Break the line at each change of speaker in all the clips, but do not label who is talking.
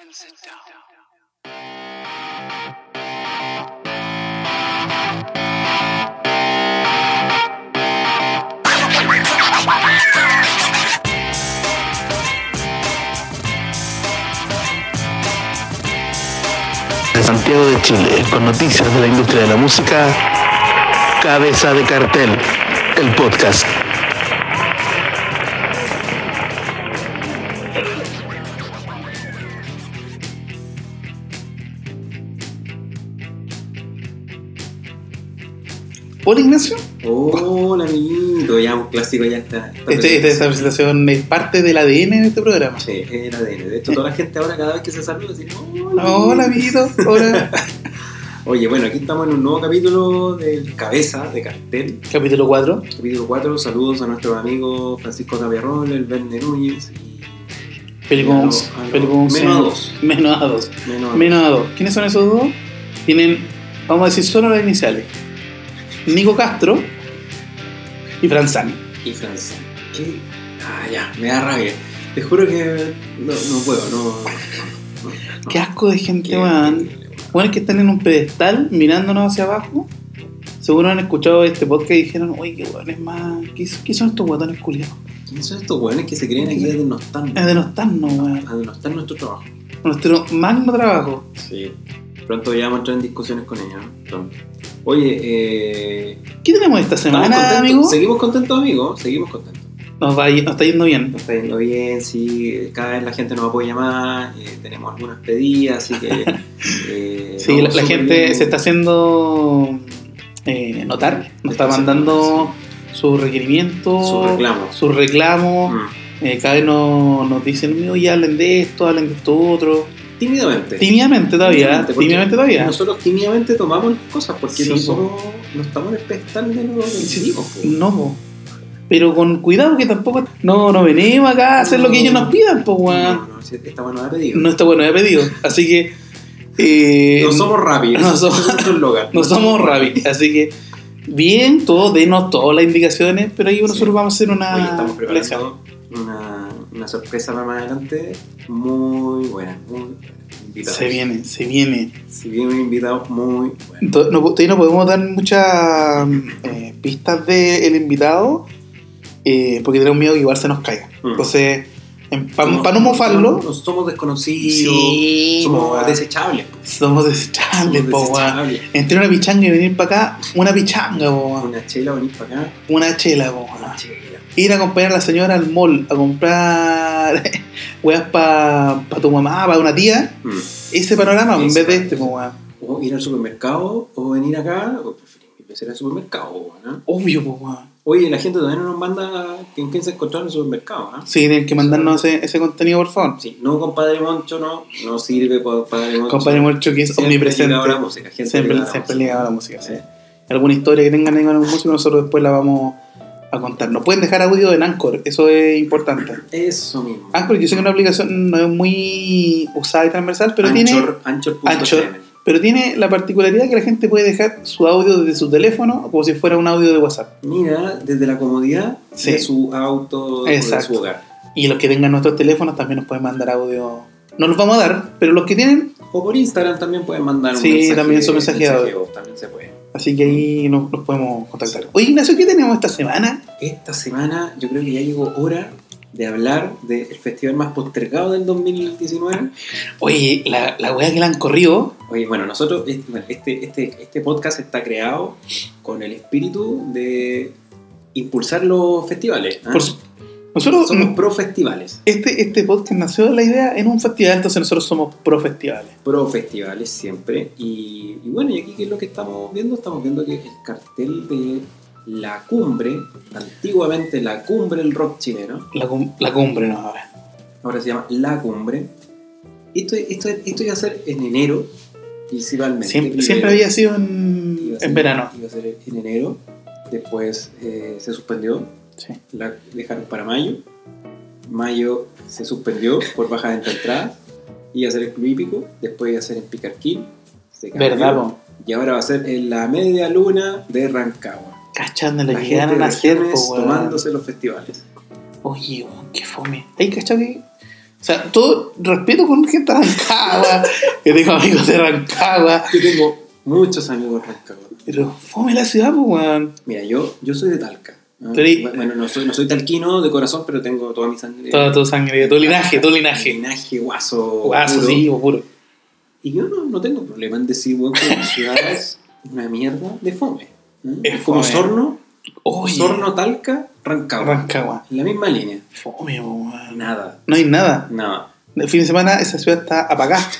and sit down.
de Santiago de Chile con noticias de la industria de la música. Cabeza de cartel, el podcast.
Hola Ignacio,
Hola, amiguito, ya un clásico ya está.
Este- esta,
está presente.
esta presentación es parte del ADN de este programa.
Sí, es el ADN. De hecho, toda la gente ahora cada vez que se saluda dice, hola.
Hola amiguito, hola.
Oye, bueno, aquí estamos en un nuevo capítulo del Cabeza de Cartel,
Capítulo 4.
capítulo 4. Saludos a nuestros amigos Francisco Taperrón, el Verne Núñez y
Felipe
a
Mons-
los- a los-
Felipe Mons-
menos a dos.
Menos a dos.
Menos a-
Menos a dos. ¿Quiénes son esos dos? Tienen, vamos a decir, solo las iniciales. Nico Castro y Franzani.
y Francia. ¿Qué? Ah, ya, me da rabia. Te juro que no, no puedo, no. no, no.
Qué asco de gente,
Qué-
weón. Bueno, que están en un pedestal mirándonos hacia abajo. Seguro han escuchado este podcast y dijeron, uy, qué weón es más. ¿Qué, qué son estos guatones culiados?
¿Quiénes son estos weones que se creen aquí a denostarnos?
Es de no, weón.
A denostar nuestro trabajo.
Nuestro magno trabajo.
Sí. Pronto ya vamos a entrar en discusiones con ella. ¿no? Pronto. Oye, eh,
¿Qué tenemos esta
¿estamos
semana,
contentos?
amigo?
Seguimos contentos, amigo. Seguimos contentos.
Nos, va, nos está yendo bien.
Nos está yendo bien, sí. Cada vez la gente nos apoya más. eh, tenemos algunas pedidas, así que. eh,
Sí,
vamos
la, la
súper
gente
bien.
se está haciendo eh, notar, nos está
Está haciendo
mandando sus requerimientos,
Sus reclamos.
sus reclamos.
Mm.
Eh, cada vez nos, nos dicen, "Mira, oye, hablen de esto, hablen de esto otro.
Tímidamente.
Tímidamente todavía,
porque
tímidamente todavía.
Nosotros tímidamente tomamos las cosas porque
Sí,
no,
po.
somos, no estamos en el pedestal de los
Sí,
enemigos, po.
No, po. pero con cuidado que tampoco no, no venimos acá a hacer lo que ellos nos pidan, pues,
No, no, si esta buena pedido.
No está bueno de pedido. Así que... eh,
No somos rápidos.
no somos- No somos Rabbit, así que bien, todo, denos todas las indicaciones, pero ahí nosotros
Sí.
vamos a hacer una.
Oye, estamos
lección.
preparando una, una sorpresa para más adelante muy buena, muy buena. invitados.
Se viene, se viene.
Se vienen invitados muy buenos.
To- no- Todavía no podemos dar muchas eh, pistas del invitado eh, porque tenemos miedo que igual se nos caiga.
Mm.
Entonces, para
Somos-
no mofarlo,
No somos desconocidos,
Sí,
somos
po,
desechables. po.
somos desechables,
Somos
po, weón.
desechables.
Entre una pichanga y venir para acá, una pichanga, po, weón.
Una chela, venís para acá.
una chela, po, weón.
Una chela.
ir a acompañar a la señora al mall a comprar weas para tu mamá, para una tía,
Mm.
ese panorama en
Ese
vez de
panorama.
este, pues, weón.
O ir al supermercado, o venir acá, o preferir mil veces ir al supermercado. po, ¿no?
Obvio, pues, weón.
Oye, la gente todavía no nos manda en quién se encontraron en el supermercado. ¿no?
Sí, tienen que mandarnos ese, ese contenido, por favor.
Sí, no, compadre Moncho, no. No sirve, compadre Moncho.
Compadre Morcho, que es
Siempre
omnipresente.
ligado a la música, gente
Siempre,
ligada a la
siempre
música.
ligado a la música, sí. Alguna historia que tengan ahí con algún músico, nosotros después la vamos a contar. Nos pueden dejar audio en Anchor, eso es importante.
Eso mismo.
Anchor, yo sé que es una aplicación no es muy usada y transversal, pero tiene
Anchor, Anchor.fm.
Anchor. Pero tiene la particularidad que la gente puede dejar su audio desde su teléfono como si fuera un audio de WhatsApp.
Mira, desde la comodidad
Sí.
de su auto,
Exacto.
de su hogar.
Y los que tengan nuestros teléfonos también nos pueden mandar audio. No los vamos a dar, pero los que tienen,
O por Instagram también pueden mandar
Sí,
un mensaje.
también son mensajeados.
mensaje de voz, también se puede.
así que ahí nos, nos podemos contactar. Oye, Ignacio, ¿qué tenemos esta semana?
Esta semana yo creo que ya llegó hora de hablar del festival más postergado del 2019.
Oye, la, la wea que la han corrido,
Oye, bueno, nosotros, este- bueno, este, este, este podcast está creado con el espíritu de impulsar los festivales. ¿ah?
por su- nosotros, mm,
Somos pro festivales.
este, este podcast nació de la idea en un festival, entonces nosotros somos pro festivales.
Pro festivales siempre. Y, y bueno, y aquí qué es lo que estamos viendo. Estamos viendo que el cartel de la cumbre, antiguamente la cumbre del rock chileno,
La, cum- la cumbre, ¿no? Ahora.
ahora se llama la cumbre. Esto, esto, esto iba a ser en enero, principalmente.
Siempre,
primero.
siempre había sido
Iba
en,
a ser-
en verano.
Iba a ser en enero. Después eh, se suspendió
Sí.
la dejaron para mayo. Mayo se suspendió por bajas entre entradas. Iba a ser el Club Hípico, después iba a ser en Picarquín. se cambió,
¿Verdad, po?
Y ahora va a ser en la media luna de Rancagua.
Cachando, le
La gente
llegaron
de
a hacer, po,
regiones
weón.
tomándose los festivales.
Oye, weón, qué fome. ¿Hay cachado que O sea, todo respeto con gente de Rancagua. que tengo amigos de Rancagua.
Yo tengo muchos amigos rancagüenses.
Pero fome la ciudad, pues, weón.
Mira, yo, yo soy de Talca. ¿no?
Pero y-
bueno, no soy, no soy talquino de corazón, pero tengo toda mi sangre.
Toda tu sangre, todo linaje, todo
Mi
linaje.
Linaje, guaso.
Guaso,
puro.
sí, o puro.
Y yo no, no tengo problema en decir, bueno, que la ciudad es una mierda de fome. ¿no?
Es
como
fome.
Sorno,
Oye,
Sorno, Talca, Rancagua.
Rancagua.
En la misma línea.
Fome, pues, weón.
Nada.
No hay nada.
Nada.
El fin de semana esa ciudad está apagada.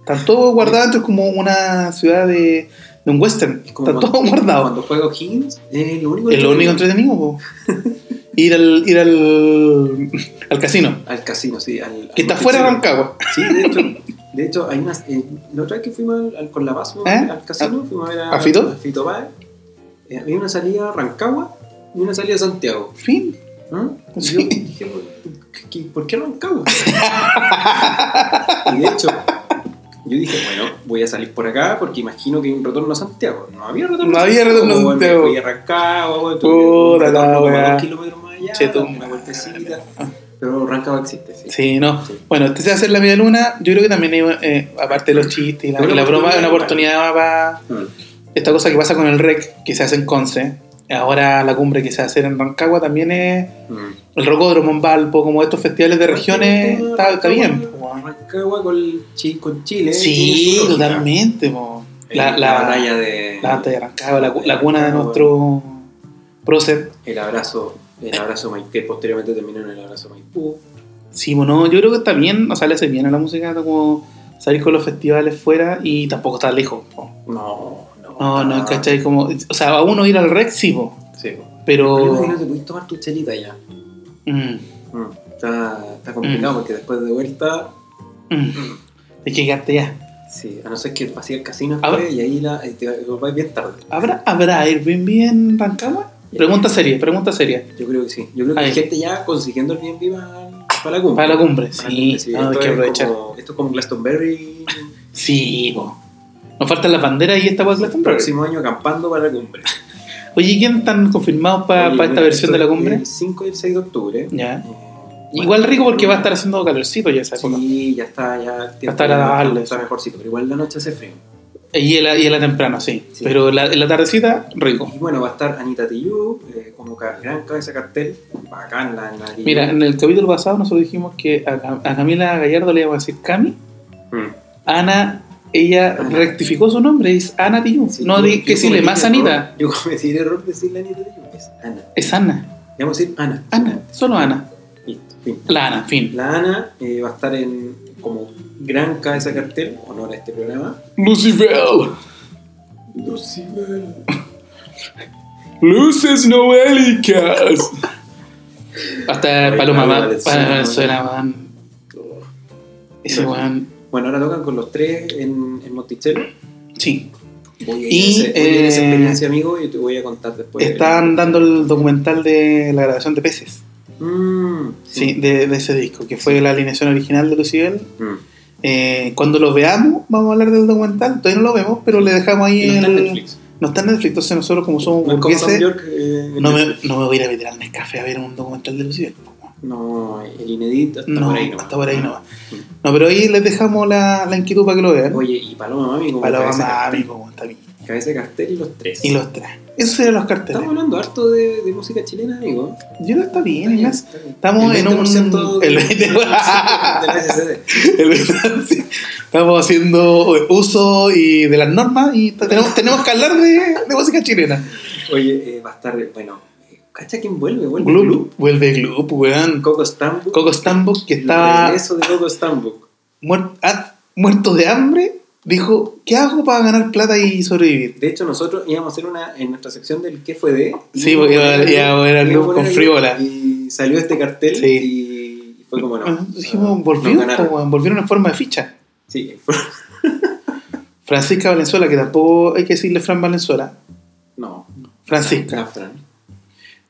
Están todos guardados, esto es como una ciudad de, de un western.
Es
Están
como cuando-
todos guardados.
Cuando juego Higgins, es lo único
Es lo único entretenido, po. Ir al, ir al, al casino.
Al casino, sí. Al,
Que
al
está fuera de
motochero.
Rancagua.
Sí, de hecho, de hecho hay unas. eh, la otra vez que fuimos al, al- con la Paz, fuimos
¿Eh?
al casino, fuimos a ver a,
¿A Fito?
Báez. Eh, había una salida a Rancagua y una salida a Santiago.
Fin.
¿Ah? Y
Sí.
Yo dije, "Pues, ¿qué- qué- ¿por qué Rancagua? y de hecho, yo dije, bueno, voy a salir por acá porque imagino que hay un retorno a Santiago. No había retorno
No había retorno a
bueno,
Santiago.
me Fui a Rancagua, bueno, tuve un
Puta la
retorno como a
weá.
dos kilómetros más allá,
Che, tú.
una vueltecita. Pero Rancagua existe, sí.
Sí, no.
Sí.
Bueno, este se hace la media luna. Yo creo que también, hay, eh, aparte de los chistes y la,
Una
y la broma, es una
oportunidad,
oportunidad para
Mm.
esta cosa que pasa con el REC, que se hace en Conce. Ahora la cumbre que se hace en Rancagua también es
Mm.
el Rocódromo en Valpo, como estos festivales de regiones. Está, está bien. po.
Rancagua con, Chi- con Chile.
Sí,
tiene su lógica.
totalmente. po.
Eh, La, batalla de.
La antes de Rancagua, la, cu- la cuna de nuestro prócer.
El abrazo, el abrazo Maipú, posteriormente terminó en el abrazo Maipú.
Sí, bueno, yo creo que está bien, o sea, le hace bien a la música como salir con los festivales fuera y tampoco estar lejos. po.
No, no.
No, no,
ah,
¿cachai? Como, o sea, a uno ir al Rex, sí, po,
Sí. Yo
pero...
imagino que podéis tomar tu chelita ya.
mm,
Mm, Está, está complicado porque después de vuelta.
mm, hay que quedarte ya.
Sí, a no ser que vacíe el casino
Ahora-
después y ahí la, eh, te vais bien tarde.
¿Habrá, ¿Habrá Airbnb en Rancagua? Pregunta seria, pregunta seria.
Yo creo que sí. Yo creo que
Ahí.
hay gente ya consiguiendo el bien viva para la cumbre.
Para la cumbre,
Para la cumbre,
sí, no, hay
esto,
que
es
aprovechar.
Como, esto es como Glastonbury.
Sí, po. Nos faltan las banderas y esta hueá de Glastonbury.
próximo año acampando para la cumbre.
Oye, ¿y ¿quién están confirmados para
Oye,
esta
mira,
versión de la
esto es
cumbre?
El 5 y el 6 de octubre. Eh,
Ya.
bueno, mm.
Igual rico porque va a estar haciendo calorcito ya esa época.
Sí, ya está, ya el tiempo
estar agradable,
está
sí.
mejorcito, pero igual la noche hace frío.
Eh, Y en la, y en la temprana, sí.
Sí.
Pero la, en la tardecita, rico.
Y bueno, va a estar Anita Tillú, eh, como ca- gran cabeza de cartel, bacán la, la
Mira, en el capítulo pasado nosotros dijimos que a, Cam- a Camila Gallardo le íbamos a decir Cami.
Mm.
Ana, ella
Ana.
rectificó su nombre, es Ana Tiyu.
Sí,
no,
yo-
di
yo
que decirle
cometí
más
el error-
Anita.
Yo cometí el error de decirle Anita Tillú, es Ana.
Es Ana.
Le vamos a decir Ana.
Ana, solo Ana.
Listo, fin.
La Ana, en fin.
La Ana eh, va a estar en como gran cabeza de cartel, honor a este programa.
Lucifer. Luces noélicas. Hasta
Ay,
Paloma
Pablo
Ma-
Valenzuela.
Paloma Valenzuela, weón. Ese
Bueno.
weón.
Bueno, ahora tocan con los tres en, en Monticello.
Sí.
Voy a ir
Y,
a ese- voy a ir a esa
eh,
experiencia, amigo, y te voy a contar después.
Están dando el documental de la grabación de Peces.
Mm,
Sí, de, de ese disco, que fue la alineación original de Lucibel.
Mm.
Eh, cuando lo veamos, vamos a hablar del documental. Todavía no lo vemos, pero le dejamos ahí
Y no está en
el-
Netflix.
No está en Netflix, entonces nosotros como somos
No es como Mm. Tom
burgueses,
York. eh, en
no me,
Netflix.
no me voy a ir a meter al Nescafé a ver un documental de Lucibel. po, weón.
No, el Inedit hasta
No,
por ahí no.
hasta por ahí no. va.
Sí.
No, pero ahí les dejamos la, la inquietud para que lo vean.
Oye, y Paloma Mami como
Paloma
cabeza, de
Mami,
cartel.
po, weón, está bien.
Cabeza de cartel y los tres.
Y los tres. Esos serían los carteles.
Estamos hablando harto de, de música chilena, amigo.
Yo no está bien,
Está bien,
Ignacio.
está bien.
Estamos
El
en un.
20%
el
del-
20%.
del SCD.
El 20%, sí. Estamos haciendo uso y de las normas y t- tenemos, tenemos que hablar de, de música chilena.
Oye, eh, va a estar, bueno, eh, ¿cacha quién vuelve? Vuelve
Gloop,
Gloop.
vuelve Gloop, weón.
Coco Stambuk.
Coco Stambuk, que
El
estaba
regreso de Coco Stambuk.
muer- ah, muerto de hambre, dijo, ¿qué hago para ganar plata y sobrevivir?
De hecho, nosotros íbamos a hacer una en nuestra sección del qué fue de.
Sí, porque iba a- iba a ver a
íbamos
Gloop con
poner
Frívola.
Y salió este cartel y fue como no.
Bueno, dijimos,
no,
volvieron,
no ganaron".
po, weón, volvieron en forma de ficha.
Sí,
Francisca Valenzuela, que tampoco hay que decirle Fran Valenzuela.
no.
Francisca.
Fran.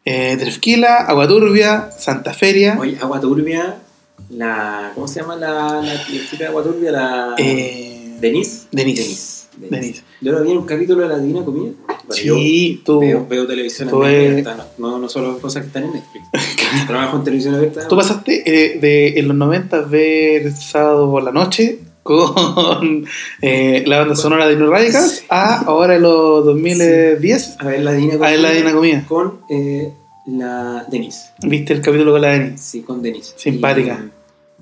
Eh, Trefquila, Agua Turbia, Santa Feria.
Oye, Agua Turbia, la. ¿Cómo se llama la, la, la chica de Agua Turbia? La.
eh,
Denise.
Denise. Denise.
Yo la vi en un capítulo de la Divina Comida. Bueno,
Sí,
yo
tú.
veo, veo televisión
tú
abierta,
ves-
no, no, no solo cosas que están en Netflix. Trabajo en televisión abierta.
Tú pasaste eh, de en los 90 ver sábado por la noche con eh, la banda sonora de No Radicals a ahora en los 2010
a ver la Dina
a la Dina Comida.
con eh, la Denise.
¿Viste el capítulo con la Denise?
Sí, con Denise.
Simpática.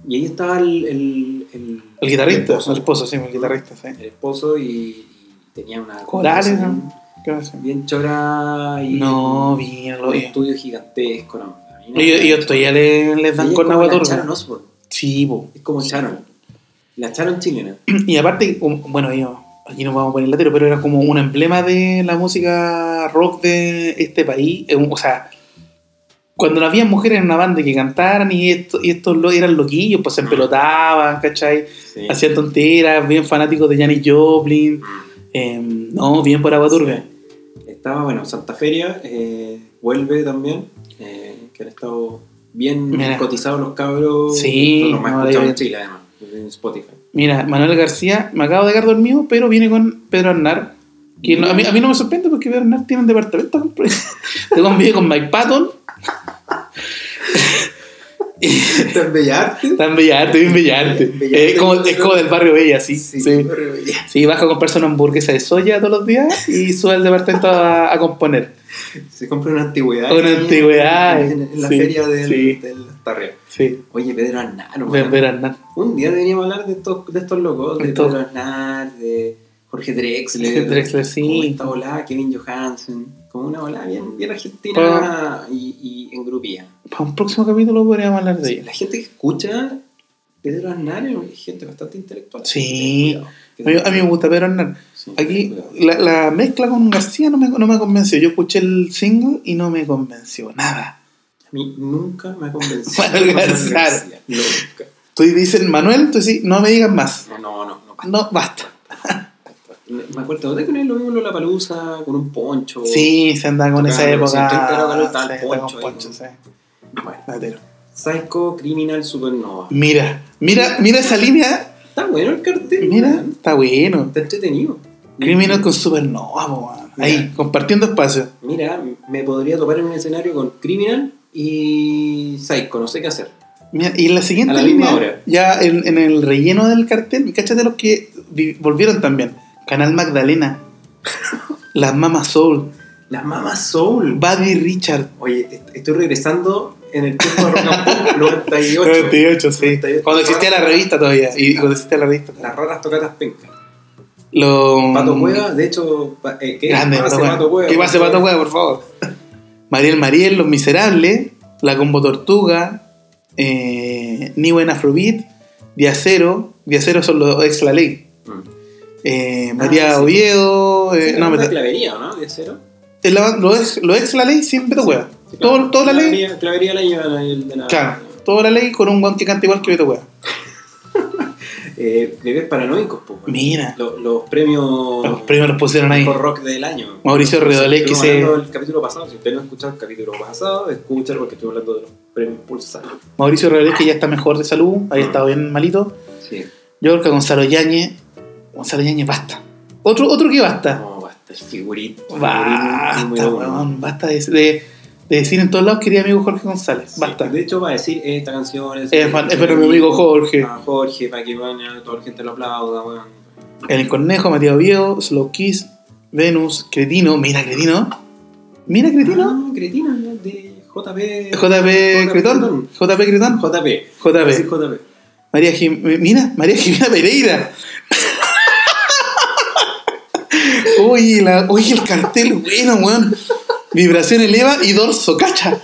Y, y ahí estaba el, el, el,
El guitarrista,
esposo.
el esposo, sí, el guitarrista, sí.
El esposo y, y tenía una.
Corales,
conversación
¿Qué va a hacer?
Bien chora y.
No, bien, lo
Un
vi.
estudio gigantesco, no. A mí no me
Ellos,
gusta.
ellos todavía les, les
Ella
dan
es
con
como
agua
la
turca.
Sharon Osbourne.
Sí, po.
Es como Sharon. La Sharon chilena.
Y aparte, um, bueno, yo, aquí nos vamos a poner latero, pero era como un emblema de la música rock de este país. Eh, O sea, cuando no había mujeres en una banda que cantaran y, esto, y estos lo, eran loquillos, pues se
Mm.
empelotaban, ¿cachai?
Sí.
Hacían tonteras, bien fanáticos de Janis Joplin. Eh, no, bien por Agua Turca.
Estaba, bueno, Santa Feria, eh, vuelve también, eh, que han estado bien
Mira.
cotizados los cabros.
Sí,
son los más
no,
escuchados
ahí-
en Chile, además, en Spotify.
Mira, Manuel García, me acabo de quedar dormido, pero viene con Pedro Aznar. Que no- a, mí, a mí no me sorprende porque Pedro Aznar tiene un departamento completo. Te convive con Mike Patton.
¿Está en Bellarte?
Tan bellarte, bien bellarte.
Bellarte.
Es como, es como del barrio Bella, sí. Sí,
Sí,
sí.
corre Bellarte.
baja a comprarse una hamburguesa de soya todos los días y sube al departamento a, a componer.
Se compra una antigüedad.
Una
ahí en-
antigüedad,
En, en la
sí,
feria del,
sí.
del Tarria.
Sí,
Oye, Pedro Aznar,
ven,
weón.
ver a Hernán.
Un día deberíamos hablar de estos, de estos locos, de
Estos-
Pedro Aznar, de Jorge Drexler.
Jorge Drexler, sí.
como esta volada, Kevin Johansen. Como una volada bien, bien argentina y, y en grupía.
Para un próximo capítulo podríamos hablar de ella.
La gente que escucha Pedro Aznar es gente bastante intelectual.
Sí.
Ten
A mí,
cuidado.
a mí me gusta Pedro Hernán.
Sí, ten
Aquí
cuidado.
la, la mezcla con García no me, no me convenció. Yo escuché el single y no me convenció nada.
A mí nunca me ha convencido.
Manuel
Manuel
Garzar.
García, Nunca.
Tú dices, Manuel, tú dices, no me digas más.
No, no, no. no.
No, basta.
Me me acuerdo de que una vez lo vimos en la palusa con un poncho.
Sí, se anda con esa
Claro,
época.
sí, claro, claro,
se
tal
anda
poncho,
con poncho,
ahí.
sí.
Bueno,
Latero.
Psycho Criminal Supernova.
Mira, mira, mira esa línea.
Está bueno el cartel.
Mira,
man.
está bueno.
Está entretenido. Mm.
Criminal con Supernova, po, weón. ahí,
Mira.
compartiendo espacio.
Mira, me podría topar en un escenario con Criminal y Psycho, no sé qué hacer.
Mira, y en la siguiente
A la misma
línea,
hora.
ya en, en el relleno del cartel, cáchate los que vi- volvieron también. Canal Magdalena, Las Mamas Soul,
La Mama Soul.
Buddy Richard.
Oye, est- estoy regresando en el tiempo de Rock and Pop 98.
98, sí.
98.
Cuando existía la revista todavía. Y cuando existía la revista.
Las ratas tocatas pencas.
Lo...
Pato Cueva, de hecho, pa- eh, ¿qué
Mm. Grande, Pato
pase
Cueva.
Pato Cueva?
Que pase Pato Cueva, por favor. Mariel Mariel, Los Miserables, La Combo Tortuga, eh, Ni Buena Afrobeat, Día Cero, Día Cero son los ex La Ley,
Mm.
eh,
Ah,
María
sí.
Oviedo, eh,
Sí,
no,
una
me-
clavería, ¿no? De cero.
es la- lo, ex, lo ex La Ley siempre Beto Cueva.
Sí, claro.
Todo, toda la ley,
Clavería- Clavería la llevan ahí el de la.
claro, toda la ley con un guan que canta igual que Beto Cueva.
Eh, bebés paranoicos, pues. bueno.
Mira,
Lo- los premios.
los primeros los pusieron ahí.
Mejor rock del año.
Mauricio Redolés que
Estuvimos
se-
hablando del capítulo pasado. Si usted no ha escuchado el capítulo pasado, escúchalo porque estuvimos hablando de los premios Pulsar.
Mauricio Rodríguez que ya está mejor de salud, había estado bien malito.
Sí.
Yorka, Gonzalo Yañez, Gonzalo Yañez, basta. Otro, otro que basta.
No, basta, el figurín.
Basta,
figurín número uno.
weón, basta de, de- de decir en todos lados quería amigo Jorge González.
Sí,
basta.
De hecho, va a decir esta canción es.
Es, fan- es pero mi amigo Jorge.
A Jorge, para que van a toda la gente lo aplauda, weón.
El Cornejo, Matías Oviedo, Slow Kiss, Venus, Cretino. Mira, Cretino. Mira, Cretino.
Ah, Cretino, ¿no? de JP.
JP Cretón. JP Cretón.
JP. Sí,
JP.
JP.
María Jimena. Mira, María Jimena Pereira. Oye, la, oye, el cartel, bueno, weón. Vibración eleva y dorso, cacha.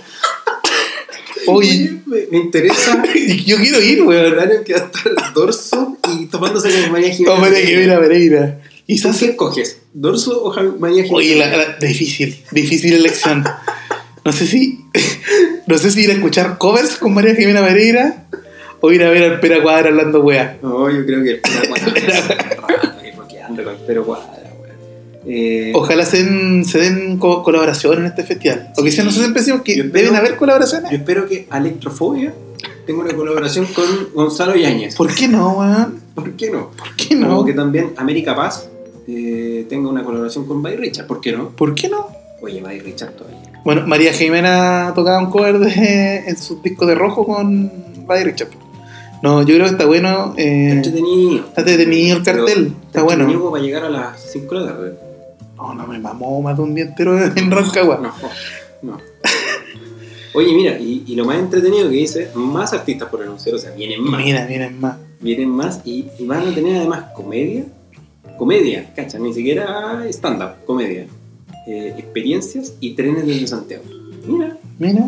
Oye,
me, me interesa.
yo quiero ir, weón.
el horario en que va a estar dorso y tomándose con María Jiménez.
O María Jimena Pereira.
¿Tú
Quizás.
qué coges? ¿Dorso o Javi- María Jiménez?
Oye, la, la- difícil, difícil elección. No sé si. No sé si ir a escuchar covers con María Jimena Pereira o ir a ver al Pera Cuadra hablando wea.
No, yo creo que el Pera Cuadra es raro, eh, porque anda con el Pera Cuadra, weón. Eh,
Ojalá se den, se den co- colaboraciones en este festival. O quizás no se empecemos que
Yo espero-
deben haber
Yo
colaboraciones.
espero que Electrofobia tenga una colaboración con Gonzalo Yáñez.
¿Por qué no, weón?
¿Por qué no?
¿Por qué
Como
no?
que también América Paz eh, eh, tenga una colaboración con Buddy Richard, ¿por qué no?
¿Por qué no?
Oye, Buddy Richard todavía.
Bueno, María Jimena tocaba un cover de- en su disco de rojo con Buddy Richard. No, yo creo que está bueno.
Está
Eh,
entretenido.
está detenido el cartel.
Pero
está bueno.
entretenido para llegar a las 5 de la tarde.
No, no me mamó más de un día entero en Rancagua.
No, no. Oye, mira, y, y lo más entretenido que dice, más artistas por anunciar, o sea, vienen más.
Mira, miren más.
Vienen más y, y van a tener además comedia. Comedia, cacha, ni siquiera stand-up, comedia. Eh, experiencias y trenes desde Santiago. Mira,
Mira.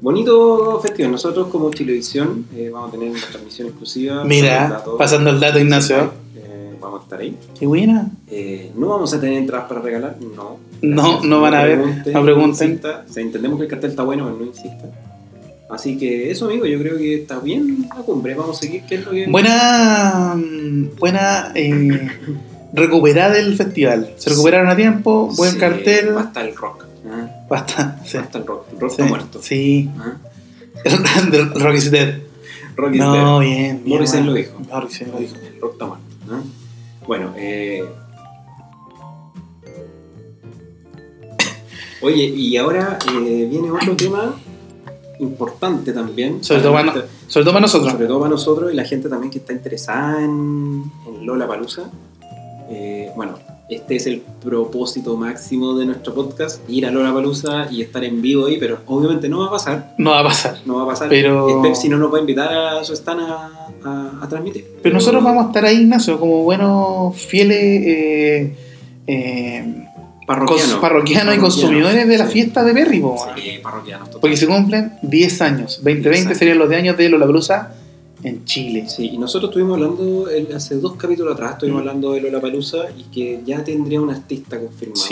bonito festival. Nosotros como Chilevisión eh, vamos a tener una transmisión exclusiva.
Mira,
Datos.
pasando el dato, Ignacio.
Eh, vamos a estar ahí.
Qué buena.
Eh, no vamos a tener entradas para regalar, no.
No, no van a ver,
pregunten,
no pregunten.
insista. O sea, entendemos que el cartel está bueno, pero no insista. Así que eso, amigo, yo creo que está bien la cumbre. Vamos a seguir, ¿qué es lo que.
Buena. mm, Buena. Eh, recuperada del festival. Se recuperaron a tiempo. Buen
Sí,
cartel.
Basta el rock. ¿ah?
Basta. Sí.
Basta el rock. El rock
Sí,
está muerto.
Sí.
¿ah?
El Rock is dead.
Rock is
No, bien. bien,
Morrison
bueno.
lo dijo.
Morrison
dead.
lo dijo.
El rock está muerto. ¿ah? Bueno, eh. Oye, y ahora eh, viene otro tema importante también.
Sobre todo
Para
para no- Sobre todo para nosotros.
Sobre todo para nosotros y la gente también que está interesada en, en Lola Palusa. bueno, este es el propósito máximo de nuestro podcast: ir a Lola Palusa y estar en vivo ahí, pero obviamente no va a pasar.
No va a pasar.
No va a pasar.
Pero-
Es Pepsi no nos va a invitar a su stand a, a- a transmitir.
Pero nosotros vamos a estar ahí, Ignacio, como buenos fieles eh, eh,
parroquianos.
cons- parroquianos y consumidores de la
Sí.
fiesta de Berry, po,
Sí, parroquianos. total.
porque se cumplen 10 años. 2020
Exacto.
serían los de años de Lollapalooza en Chile.
Sí, y nosotros estuvimos hablando, el- hace dos capítulos atrás, estuvimos
Mm.
hablando de Lola Palusa y que ya tendría un artista confirmado.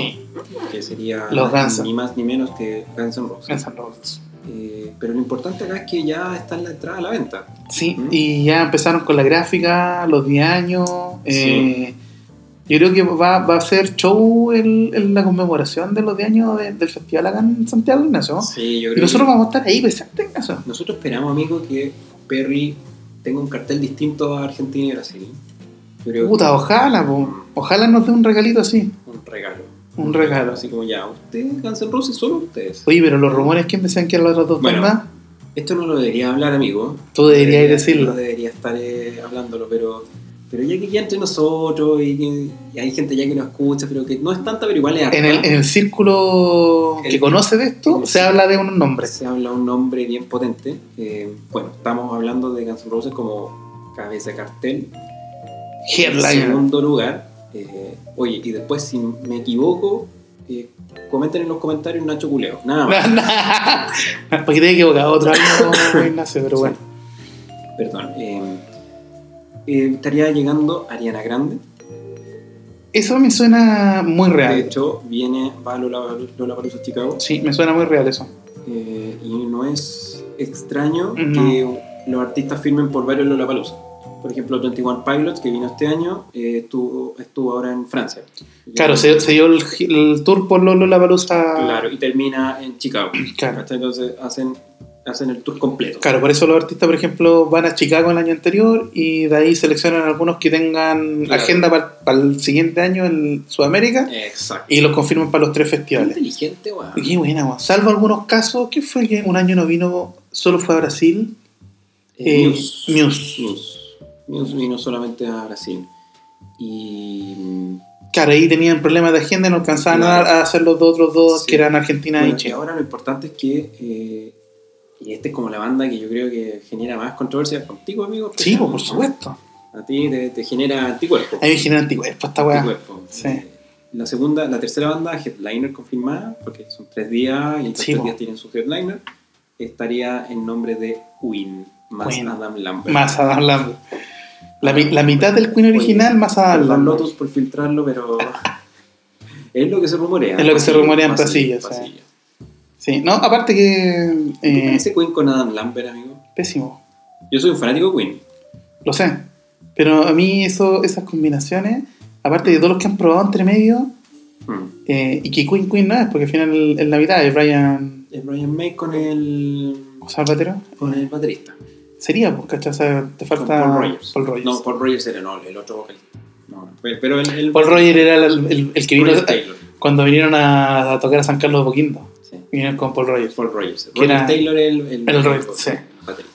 que sería
Los Guns N'
ni más ni menos que Guns N' Roses.
en San Roses.
Eh, pero lo importante acá es que ya está en la entrada a la venta.
Sí,
¿Mm?
y ya empezaron con la gráfica, los 10 años. eh, Yo creo que va, va a ser show el, el- la conmemoración de los 10 años de- del festival acá en Santiago, Ignacio.
Sí, yo
Y nosotros
que-
vamos a estar ahí presentes, Ignacio.
nosotros esperamos, amigos, que Perry tenga un cartel distinto a Argentina y Brasil. Yo creo que
Puta, ojalá, po. ojalá nos dé un regalito así.
un regalo.
Un regalo.
Así como ya, ustedes, Guns N' Roses, solo ustedes.
Oye, pero los rumores, ¿quién decían que eran las otras dos
Bueno.
bandas?
Esto no lo debería hablar, amigo.
Tú deberías
Debería-
decirlo.
No debería estar eh, hablándolo, pero, pero ya que queda entre nosotros y, que- y hay gente ya que nos escucha, pero que no es tanta, pero igual es harta.
En el, en el círculo
El-
que conoce de esto,
el-
se habla de unos nombres.
Se habla un nombre bien potente. Eh, bueno, estamos hablando de Guns N' Roses como cabeza de cartel. En
Headliner.
segundo lugar. eh, oye, y después, si me equivoco, eh, comenten en los comentarios Nacho Culeo. Nada más.
Para que te he equivocado otro año, Ignacio, pero bueno.
Perdón. eh, eh, estaría llegando Ariana Grande.
Eso me suena muy
De
real.
hecho, viene, va a Lola, Lola Chicago.
Sí, me suena muy real eso.
Eh, y no es extraño
No.
que los artistas firmen por varios Lollapalooza. Por ejemplo, 21 Pilots, que vino este año, eh, estuvo, estuvo ahora en Francia.
Claro, se, se dio el, el tour por Lola Palusa.
Claro, y termina en Chicago.
claro.
¿Cachai? Entonces hacen, hacen el tour completo.
Claro, por eso los artistas, por ejemplo, van a Chicago el año anterior y de ahí seleccionan algunos que tengan
Claro.
agenda para el siguiente año en Sudamérica
Exacto.
y los confirman para los tres festivales.
inteligente, weón.
Y Qué buena, weón. Salvo algunos casos, ¿qué fue que un año no vino, solo fue a Brasil?
Eh,
Eh,
Muse.
Muse.
Muse. Muse vino solamente a Brasil. Y. mm,
Claro, ahí tenían problemas de agenda y no alcanzaban
Claro.
a, a hacer los dos otros dos
Sí.
que eran Argentina
Bueno,
y
y
Chile.
ahora lo importante es que, eh, y esta es como la banda que yo creo que genera más controversia contigo, amigo.
Sí, pues,
¿no?
por supuesto.
A ti te, te genera anticuerpo.
Ahí me genera anticuerpos esta weá.
Anticuerpo.
Sí.
Eh, La segunda, la tercera banda, Headliner confirmada, porque son tres días y los
Sí,
tres
po.
días tienen su Headliner, estaría en nombre de Queen, más
Queen.
Adam Lambert.
Más Adam Lambert. La, mi- la mitad del Queen original, más Adam
Perdón,
Lambert.
Lotus por filtrarlo, pero es lo que se rumorea.
Es lo que se rumorea en
Pasillo,
pasillos,
pasillo.
Sí, no, aparte que.
¿Qué te
eh,
parece Queen con Adam Lambert, amigo?
pésimo.
Yo soy un fanático de Queen.
Lo sé. Pero a mí eso, esas combinaciones, aparte de todos los que han probado entre medio,
Mm.
eh, y que Queen Queen no es, porque al final es la mitad, es Brian
Es Brian May con el,
Salvatero.
con el baterista. Con
Sería, pues, ¿cachai? O sea, te falta
Paul Rogers.
Paul Rogers.
No, Paul Rogers era no, el otro vocalista. No, no. Fue- Pero el, el-
Paul Roger era el, el- el que vino
Roger Taylor.
cuando vinieron a, a tocar a San Carlos de Boquindo.
Sí.
Vinieron con Paul Roger.
Paul Rogers.
Que era-
Roger Taylor el, el,
el Roger, sí.
baterista.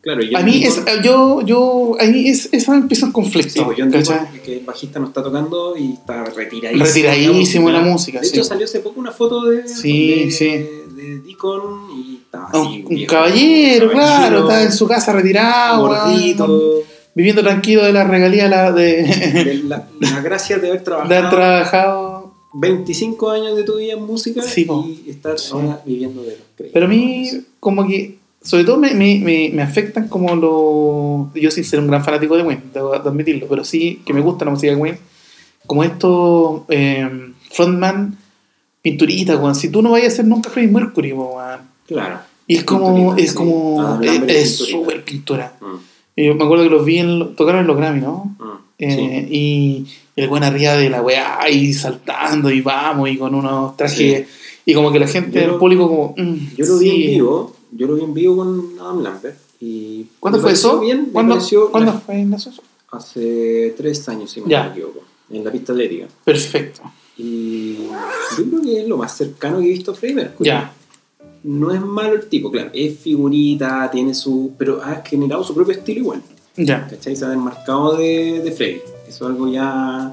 Claro, y
A mí,
John
es, eh,
Deacon-
yo, yo, a mí es, esa empieza un
Sí,
conflicto.
pues John
¿cachai?
Deacon, que el bajista no está tocando y está retiradísimo.
Retiradísimo de la música.
De
sí.
hecho, salió hace poco una foto de,
Sí,
de,
sí.
de Deacon y está
Ah,
así.
un, un
viejo,
caballero, claro, está en su casa retirado, weón,
gordito.
viviendo tranquilo de la regalía la- de,
de La, la gracia de haber
de
trabajado
haber trabajado.
25 años de tu vida en música
Sí, po.
y estar
Sí.
ahora viviendo de los créditos.
Pero a mí, como que, sobre todo me, me, me, me afectan como los. Yo, sin ser un gran fanático de Wayne, debo admitirlo, pero sí que me gusta la música de Wayne. Como estos eh, frontman pinturita, weón. Si tú no vayas a ser nunca Freddie Mercury, weón.
Claro.
Y es como.
Pinturita,
Es
sí.
como.
Adam
es-
Lambert
Es
pinturita.
súper pintura.
Mm,
Y Yo me acuerdo que los vi en. lo- Tocaron en los Grammy, ¿no?
mm,
Eh, Y el buen arriba de la weá y saltando y vamos y con unos trajes. Y como que la gente
Yo
del
lo-
público como... mm,
sí. Yo lo vi
sí.
en vivo, yo lo vi en vivo con Adam Lambert. Y
¿Cuándo
me
fue
pareció
eso?
Bien, me
¿Cuándo,
pareció
cuándo
la-
fue Ignacio eso?
Hace tres años, si no
Ya.
me equivoco, en la pista atlética.
Perfecto.
Y yo creo que es lo más cercano que he visto a Freddie Mercury.
Ya.
No es malo el tipo, claro, es figurita, tiene su. pero ha generado su propio estilo igual.
Ya.
¿cachai? Se ha desmarcado de, de Freddy. Eso es algo ya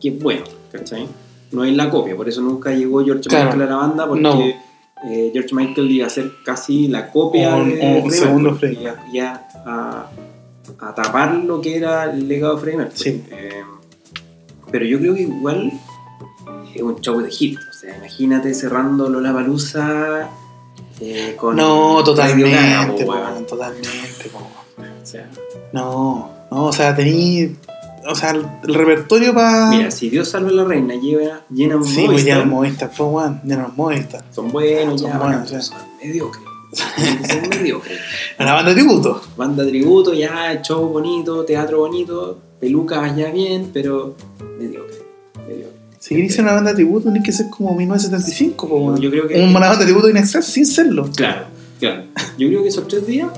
que es bueno, ¿cachai? No es la copia, por eso nunca llegó George
Claro.
Michael a la banda, porque
No.
eh, George Michael iba a ser casi la copia
Un-
de
un
Freddie
segundo
Mercury,
Freddie.
y a- y a- a, a tapar lo que era el legado de Freddie Mercury.
Sí.
Eh, pero yo creo que igual es un show de hit. O sea, imagínate cerrando Lola Balusa con.
No,
Radio Gaga,
totalmente.
po,
po,
weón.
totalmente. po.
O sea,
No. No, o sea, tení... O sea, el, el repertorio para...
Mira, si Dios salva a la reina, lleva, llena un
Sí, pues
Movistar,
ya los Movistar, po, weón, ya los Movistar.
Son buenos,
Son
ya,
buenos,
bacán,
sí.
son mediocres. Son mediocres.
A la banda de tributo.
Banda tributo, ya, show bonito, teatro bonito, pelucas ya bien, pero mediocre. mediocre.
Si querés ser una banda de tributo, tenés que ser como 1975, po, weón.
Yo creo que.
Una banda de tributo en exceso sin serlo.
Claro, claro. Yo creo que esos tres días,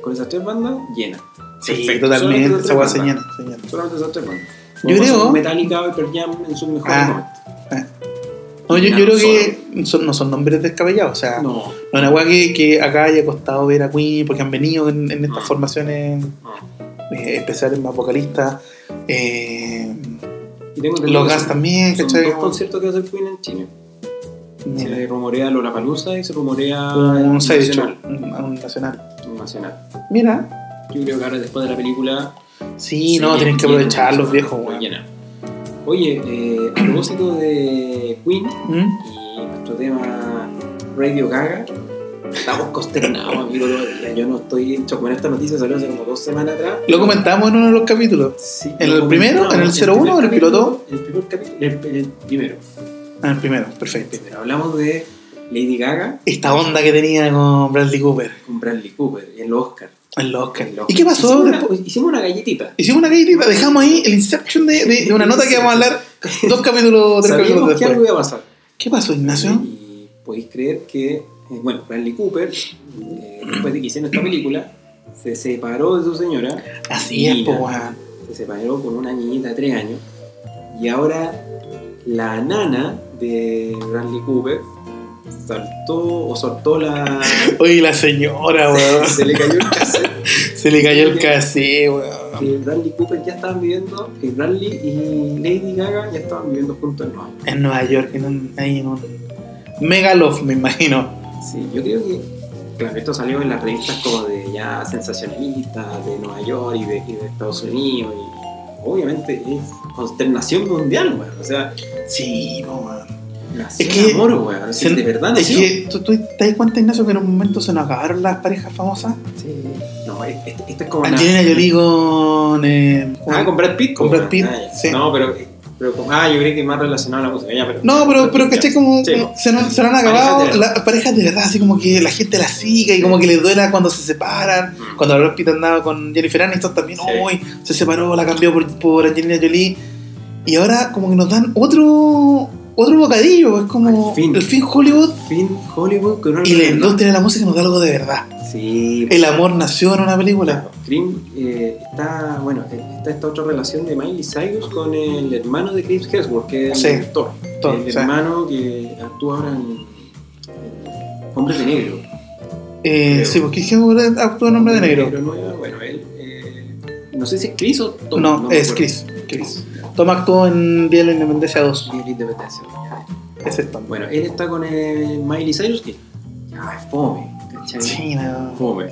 con esas tres bandas, llena.
Sí,
Perfecto.
totalmente.
Solamente
Esa weá
tres
se
bandas.
llena, se llena.
Solamente esas tres bandas.
Yo creo-
Metallica o Pearl Jam en sus mejores
Ah,
momentos.
No, yo, yo
Ya no
creo que son- no son nombres descabellados. O sea,
son-
no,
No.
es una weá que, que acá haya costado ver a Queen porque han venido en, en estas
Mm.
formaciones
no.
eh, especiales más vocalistas. Eh,
Y tengo entendido
los
que
Guns
son-
también,
Son
¿cachai?
dos conciertos que hace el Queen en Chile.
Mira,
Se rumorea Lollapalooza y se rumorea
un side show,
Ah, Nacional.
un, un nacional.
Nacional.
Mira,
Yo creo que ahora después de la película...
sí,
se
no,
llena,
tienen que
llena,
aprovechar los
se
viejos, weón.
llena. Oye, eh, a propósito de Queen
¿Mm?
y nuestro tema Radio Gaga, estamos consternados, amigo. lo- ya Yo no estoy hecho con esta noticia, salió hace como dos semanas atrás.
Lo comentamos en uno de los capítulos.
Sí,
¿En
lo
el primero?
comentamos.
¿En el 01 o en el
primer
piloto?
capítulo, El primer capítulo, el- el primero.
Ah, el primero, perfecto.
Primero, hablamos de Lady Gaga
Esta onda que tenía con Bradley Cooper
con Bradley Cooper en los Oscar.
en los Oscars.
En los-
¿Y qué pasó?
Hicimos una,
después?
hicimos una galletita.
Hicimos una galletita, dejamos ahí el inception de, de- de una nota que vamos a hablar dos capítulos, tres capítulos
Sabíamos que
después. ¿Ah,
algo iba a pasar.
¿Qué pasó, Ignacio?
Y podéis creer que, eh, bueno, Bradley Cooper, eh, después de que hicieron esta película, se separó de su señora,
Así es,
Mira.
po, weón.
se separó con una niñita de 3 años, y ahora la nana de Bradley Cooper saltó o soltó la.
Oye, la señora, weón.
se le cayó el cassette.
Se le cayó el casé, weón.
Que Bradley Cooper ya estaban viviendo, que Bradley y Lady Gaga ya estaban viviendo juntos en Nueva York.
En Nueva York, en un, ahí en un mega love, me imagino.
Sí, yo creo que, claro, esto salió en las revistas como de ya sensacionalistas de Nueva York y de, y de Estados Unidos y obviamente es consternación mundial, weón. O sea,
Sí, po, weón.
nació
Es que-
el amor, weón.
se-
Sí, de verdad
Es
nació.
que, ¿tú, tú te das cuenta, Ignacio, que en un momento se nos acabaron las parejas famosas?
Sí. No, es- es- esto es como... una-
Angelina Jolie con... eh,
Ah, con Brad Pitt.
Con
pues,
Brad Pitt,
weón. Ah, ya.
sí.
No, pero... pero como- ah, yo creí que más relacionado a la música. Ya, pero,
No, pero, pero caché como,
Sí.
como se, nos- se nos han
Parejas
acabado
de verdad.
las parejas de verdad, así como que la gente las siga y como que les duela cuando se separan.
Mm.
Cuando Brad Pitt andaba con Jennifer Aniston también,
Sí.
uy, se separó, la cambió por, por Angelina Jolie. Y ahora como que nos dan otro otro bocadillo, es como
Al fin.
el fin Hollywood
Fin Hollywood con una
y la industria de la música nos da algo de verdad.
Sí.
El amor nació en una película.
Cream eh, está, bueno, eh, está esta otra relación de Miley Cyrus con el hermano de Chris Hemsworth, que es
Sí.
el actor.
Thor,
el
sí.
hermano que actúa ahora en, en Hombre de Negro.
Eh,
Creo.
sí, porque es que actúa en hombre de negro.
nueva, bueno, él, eh, no sé si es Chris o Tom.
No,
me
es
acuerdo.
Chris. Chris. Tom actuó en Día de la Independencia 2.
Día de la Independencia, ya.
Ese es Tom.
Bueno, él está con eh, Miley Cyrus, que ya es fome, ¿cachai?
Sí, no.
Fome.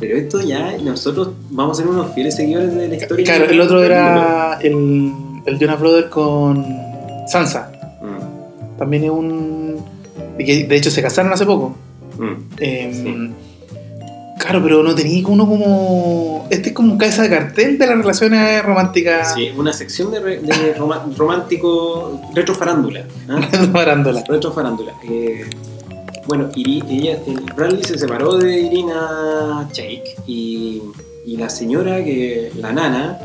Pero esto ya, nosotros vamos a ser unos fieles seguidores de la historia.
Claro, el otro era el, el Jonas Brother con Sansa.
Mm,
También es un. y que, De hecho, se casaron hace poco.
mm.
Eh, Claro, pero no tenía uno como. Este es como un cabeza de cartel de las relaciones románticas
Sí, una sección de, re- de roma- romántico retrofarándula. ¿ah?
de Barándola.
Retrofarándula. Eh, bueno, Iri- ella, el Bradley se separó de Irina Shayk y, y la señora, que la nana,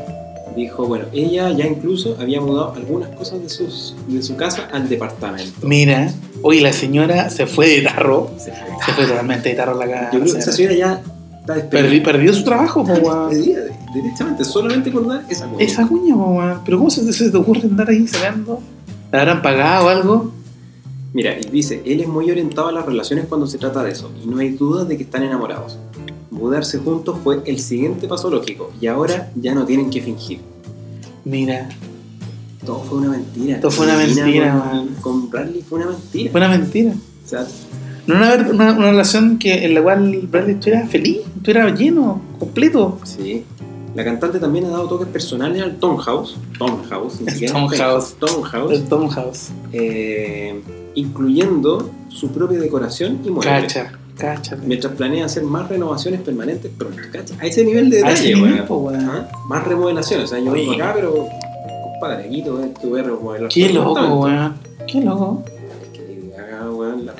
dijo, bueno, ella ya incluso había mudado algunas cosas de, sus, de su casa al departamento.
Mira, hoy la señora se fue de tarro.
Se fue.
Se fue totalmente de tarro la cara.
Yo creo que esa señora ya está
Perdi-
despedida.
perdió su trabajo, po,
Está
weón.
despedida, directamente, solamente por dar esa cosa.
Esa cuña, po, weón. Pero ¿cómo se, se te ocurre andar ahí sacando? ¿La habrán pagado o algo?
Mira, y dice, él es muy orientado a las relaciones cuando se trata de eso, y no hay duda de que están enamorados. Mudarse juntos fue el siguiente paso lógico, y ahora ya no tienen que fingir.
Mira,
Todo fue una mentira.
Todo fue una
Irina
mentira,
con,
man.
con Bradley fue una mentira.
fue una mentira.
O sea,
No era una, una, una relación que, en la cual Bradley estuviera feliz, estuviera lleno, completo.
sí. La cantante también ha dado toques personales al Tom House. Tom House, ni
El
siquiera.
Tom House.
Tom House.
El Tom House.
eh, incluyendo su propia decoración y muebles.
Cacha, cacha.
mientras planean hacer más renovaciones permanentes pronto, ¿cachai? A ese nivel de
A ese
detalle,
nivel,
weón. ¿Ah?
po, weón.
Ajá. Más remodelaciones, o sea, yo
Oye.
vengo acá, pero compadre, aquí te voy a- te voy a remodelar.
Qué
todo el
loco,
departamento.
weón. Qué loco.
Que haga, weón, la-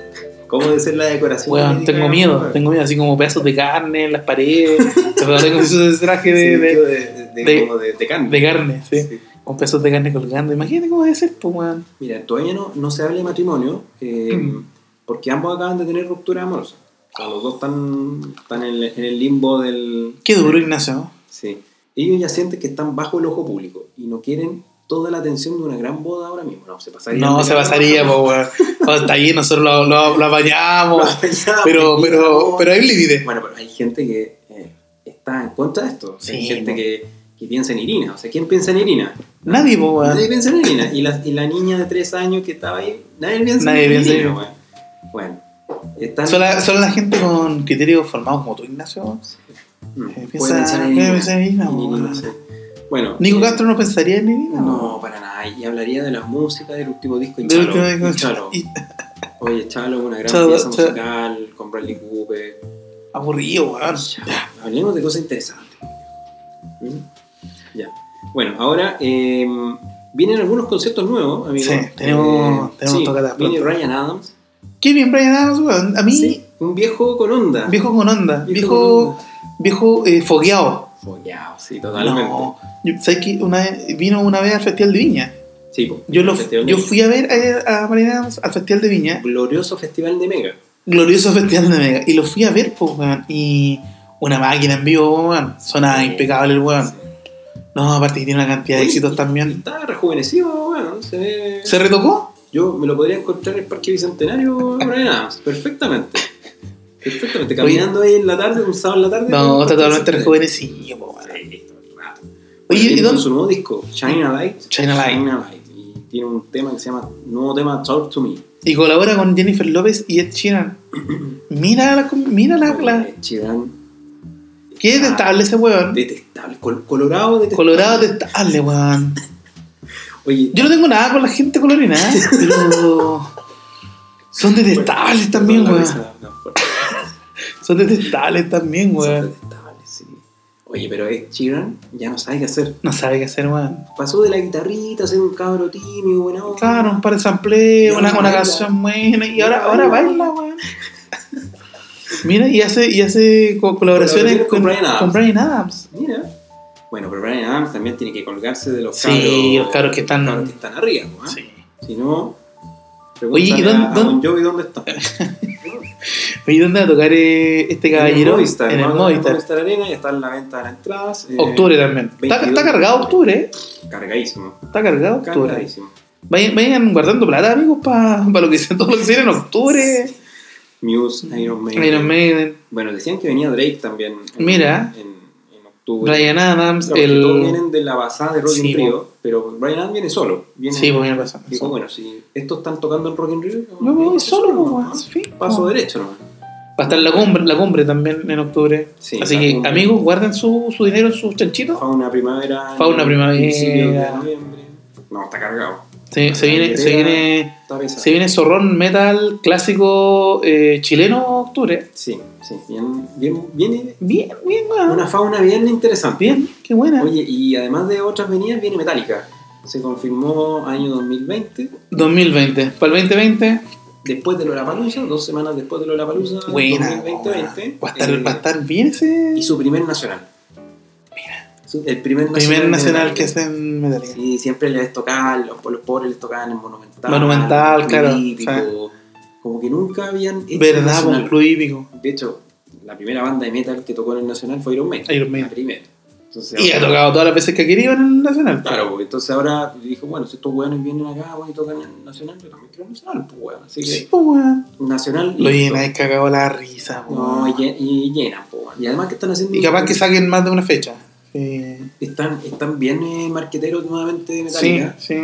¿Cómo debe ser la decoración?
Weón, tengo miedo, tengo miedo, así como pedazos de carne en las paredes. Pero tengo ese traje de, de-
miedo de, de,
de-
como de- de carne.
de carne, sí.
Sí.
Con pedazos de carne colgando. Imagínate cómo debe ser, pues, weón.
Mira, todavía no, no se habla de matrimonio, eh,
Mm.
porque ambos acaban de tener ruptura amorosa. O sea, los dos están, están en, el- en el limbo del,
Qué duro, Ignacio. ¿no?
Sí. Ellos ya sienten que están bajo el ojo público y no quieren toda la atención de una gran boda ahora mismo. No, se pasaría.
No, se pasaría, pues, weón. O Hasta ahí nosotros lo, lo, lo apañamos.
Ah,
Pero, pero, pero hay un límite.
Bueno, pero hay gente que eh, está en contra de esto. hay
Sí,
gente
no.
que, que piensa en Irina. O sea, ¿quién piensa en Irina?
Nadie, pues,
Nadie
weón.
piensa en Irina. Y la, y la niña de tres años que estaba ahí, nadie piensa
Nadie
en
piensa en
Irina. weón. Bueno, están.
Solo la, solo la gente con criterios formados como tú, Ignacio.
Mm,
eh,
puede
piensa-
pensar en
puede
Irina.
pensar en Irina, weón.
sí. Bueno,
Nico
eh,
Castro no pensaría en Irina.
No, para nada. Y hablaría de la música del último disco y
De
Chalo.
última vez
y Chalo.
Y-
Oye, Chalo es una gran
Chalo,
pieza
Chalo.
musical con Bradley Cooper.
Aburrido, weón.
Hablemos de cosas interesantes. ¿Mm? Ya. Bueno, ahora eh, vienen algunos conceptos nuevos, amigos.
Sí, tenemos- tenemos tocadas
viene
pronto.
Ryan Adams.
Qué bien, Brian Adams, weón. A mí,
Sí, un viejo con onda.
viejo con onda.
con
Viejo,
onda.
viejo eh, fogueado.
Follado, sí, totalmente.
No. Yo- ¿Sabes que una vez- vino una vez al Festival de Viña?
Sí, po. este
Yo, lo,
Festival
yo
de-
fui a ver a, a Mariana Adams al Festival de Viña,
Glorioso festival de Mega.
glorioso Festival de Mega, y lo fui a ver, pues, weón. Y una máquina en vivo, weón. Sonaba
Sí.
impecable el weón.
Sí.
No, aparte que tiene una cantidad de
Oye,
éxitos
y- y
también.
Está rejuvenecido, bueno, se ve.
¿Se retocó?
Yo me lo podría encontrar en el Parque Bicentenario, Brian Adams, perfectamente. Perfectamente,
Oye.
caminando ahí en la tarde, un sábado en la tarde.
No,
en
está
el Parque
totalmente
Bicentenario.
rejuvenecido, po, weón.
Sí, todo el rato.
Oye,
Tiene
¿y dónde?
Su nuevo disco, China Light.
China Light.
Light. Y tiene un tema que se llama, nuevo tema, Talk to Me.
Y colabora con Jennifer López y Ed Sheeran. Mira la. Mira la, la-
Eh, Chirán.
qué
Ah,
detestable ese weón.
Detestable. Col- colorado, detestable.
Colorado detestable, weón.
Oye,
Yo no tengo nada con la gente colorina, ¿eh? pero. Son detestables también,
perdón, la
weón.
risa, no, por-
Son detestables también,
Son
weón.
detestables, sí. Oye, pero Ed Sheeran ya no sabe qué hacer.
No sabe qué hacer, weón.
Pasó de la guitarrita a ser un cabro tímido, buena onda.
Claro, un par de sampleos,
Y
una,
ahora
una
baila.
canción buena, y
Y
ahora, ahora
ahora
baila,
baila.
weón. Mira, y hace, y hace co- colaboraciones
Colaboraciones con
con,
Bryan Adams.
con Brian Adams.
Mira. Bueno, pero Brian Adams también tiene que colgarse de los
Sí,
cabros.
los cabros que están-
Ah. cabros que están arriba, ¿no?
Sí.
Si no,
Oye, ¿y
Pregúntale
dónde-
a- a
dónde-
Bon Jovi dónde está.
¿Y dónde va a tocar eh, este caballero?
Movistar,
En el
¿no?
Movistar.
Arena y está en la venta de las entradas. eh,
Octubre también. Está,
22.
está cargado octubre, ¿eh?
Cargadísimo.
Está cargado octubre.
Cargadísimo.
Vayan, vayan guardando plata, amigos, para lo que sea todo lo que se viene en octubre.
Muse, Iron Maiden.
Mm. Iron Maiden,
Bueno, decían que venía Drake también. en-
Mira.
En, en octubre.
Brian Adams,
Claro, porque Todos
el.
vienen de la basada de Rock
Sí,
in Rio, pero Brian Adams viene solo. Viene,
Sí, pues viene pasando.
Digo, bueno, si estos están tocando en Rock in Rio, eh,
Yo voy
viene
solo,
nomás,
weón.
¿no?
Sí,
Paso
weón.
derecho, ¿no?
pues. Va a estar la cumbre, la cumbre también en octubre.
Sí,
Así
la
que,
cumbre.
amigos, guarden su, su dinero en sus chanchitos.
Fauna primavera.
Fauna
en-
primavera.
principio de noviembre. No, está cargado.
Se, se viene, se viene,
Está pesado.
se viene zorrón metal clásico eh, chileno octubre.
Sí, sí. Bien, bien, viene
Bien, bien, weón.
una fauna bien interesante.
Bien, qué buena.
Oye, y además de otras venidas, viene Metallica. Se confirmó año 2020.
2020. Para el 2020,
Después de Lollapalooza, dos semanas después de Lollapalooza,
buena.
2020.
Va a estar,
eh,
va a estar bien ese
Y su primer nacional. Mira. El primer nacional.
primer
de
nacional que
Metallica.
hacen Metallica.
Sí, siempre les tocaban, los, los pobres les tocaban en Monumental.
Monumental,
en
claro,
Olímpico. Como que nunca habían hecho un
Verdad,
nacional.
un club hípico.
De hecho, la primera banda de metal que tocó en el Nacional fue Iron Maiden.
Iron
La
Maiden.
primera. Entonces,
Y ha
ahora-
tocado todas las veces que ha querido en el nacional.
Claro, porque entonces ahora dijo, bueno, si estos hueones vienen acá, weón, y tocan en el Nacional, yo también quiero el Nacional, pues weón. Así que,
Sí, pues, weón.
Nacional.
Lo
listo.
llena, es cagado la risa,
No, y,
weón.
lle- y llenan, pues weón. Y además que están haciendo.
Y capaz que saquen más de una fecha. Sí,
Están, están bien eh, marqueteros nuevamente de
sí.
Metallica.
sí.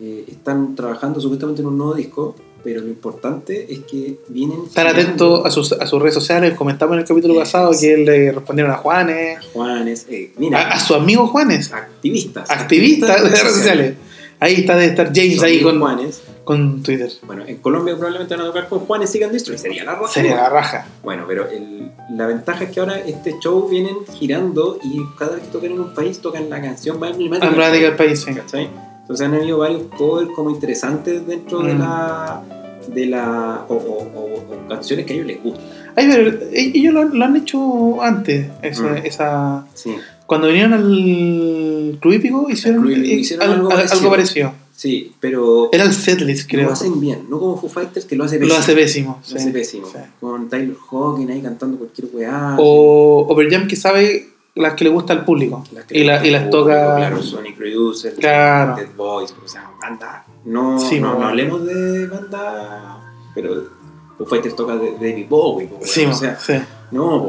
Eh, están trabajando supuestamente en un nuevo disco, pero lo importante es que vienen.
Estar atento a sus, a sus redes sociales. Comentamos en el capítulo
pues. Sí,
pasado
sí.
que le respondieron a Juanes,
Juanes, eh,
a,
mira, Ah,
a su amigo Juanes,
activistas.
activista de las redes sociales. Ahí está de estar James
Sus
ahí
amigos
con,
Juanes.
con Twitter.
Bueno, en Colombia probablemente van a tocar con Juanes Sigan Destroy, sería la roja.
Sería la raja.
Bueno, pero el- la ventaja es que ahora este show vienen girando y cada vez que tocan en un país tocan la canción más emblemática.
Emblemática del país, sí.
¿Cachai? Entonces han habido varios covers como interesantes dentro de
Mm.
la. De la o, o- o- o canciones que a ellos les gustan.
Ay, pero ellos lo, lo han hecho antes. Esa,
Mm.
esa-
Sí,
cuando vinieron al Club Hípico, hicieron,
Club Hípico,
eh,
hicieron
al-
algo
al- algo,
parecido.
parecido.
sí, pero
Era el setlist, creo.
lo hacen bien, no como Foo Fighters que lo hace
Lo hace pésimo.
Lo
sí,
hace pésimo. Ah,
sí.
Con Tyler Hawking ahí cantando cualquier weá.
O Overjam que sabe las que le gusta al público.
Las que
y,
le
la-
gusta
y las
al
toca.
público, Claro, Sonic Producer,
Claro.
Dead Boys, o sea, banda. No,
Sí,
no,
bueno.
no hablemos de banda. Pero Foo Fighters toca de David Bowie, po,
Sí,
o sea,
sí.
no, po,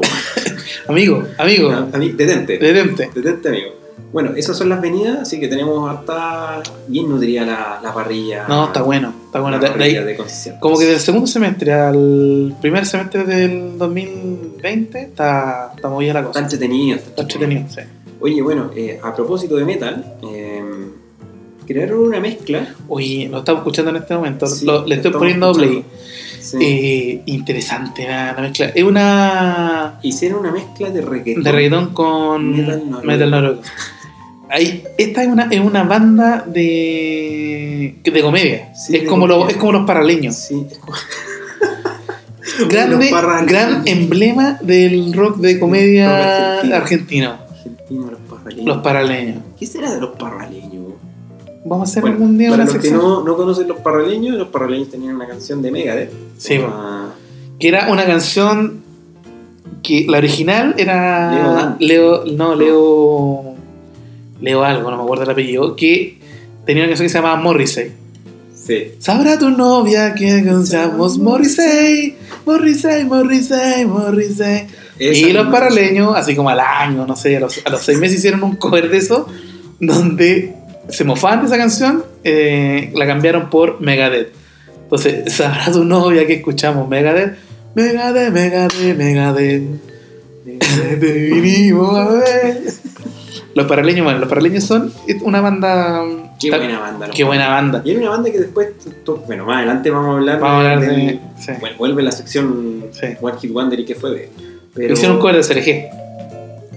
Amigo, amigo,
a mí, detente,
detente.
detente, amigo. Bueno, esas son las venidas, así que tenemos hasta bien nutrida la, la parrilla.
No, está bueno, está bueno.
la
De- de ahí-
parrilla de conciertos.
como que del segundo semestre al primer semestre del 2020 está, está movida la
Está
cosa.
entretenido,
Está entretenido, sí.
Oye, bueno, eh, a propósito de metal, eh, crearon una mezcla.
Oye, lo estamos escuchando en este momento.
Sí,
Lo- le estoy
estamos
poniendo play.
escuchando. Sí.
Eh, interesante la, la mezcla. Es una
Hicieron una mezcla de reggaetón.
de reggaetón con
Metal noruego.
metal noruego. Ahí- esta es una, es una banda de, de comedia.
Sí,
es,
de
como Los,
comedia.
es como los paraleños.
Sí, es como-
grande,
Los parraleños.
gran emblema del rock de
Rock
comedia
argentino.
argentino,
Argentino, los parraleños.
los paraleños.
¿Qué será de los parraleños?
Vamos a hacer
Bueno,
algún día
para
una
los que
sección.
no, no conocen los parraleños, los parraleños tenían una canción de Megadeth.
Sí, pues. bueno.
Ah,
que era una canción que la original
Leo
era
Dan.
Leo, no Leo Leo algo, no me acuerdo el apellido, que tenía una canción que se llamaba Morrissey.
sí.
Sabrá tu novia que cantamos Morrissey, Morrissey, Morrissey, Morrissey.
Esa
y los
misma
paraleños, así como al año, no sé, a los, a los seis meses hicieron un cover de eso, donde se mofaban de esa canción, eh, la cambiaron por Megadeth. Entonces, sabrá tu novia que escuchamos Megadeth. Megadeth, Megadeth, Megadeth.
canción.
Te vinimos a ver. Los paraleños, bueno, los paraleños son una banda.
Qué
ta-
buena banda. los
qué buena banda.
Y era una banda que después, to- bueno, más adelante vamos a hablar,
Vamos a hablar de.
del-
sí.
Bueno, vuelve la sección
Sí.
One Hit Wonder y qué fue de él. Pero
Hicieron un cover de CRG.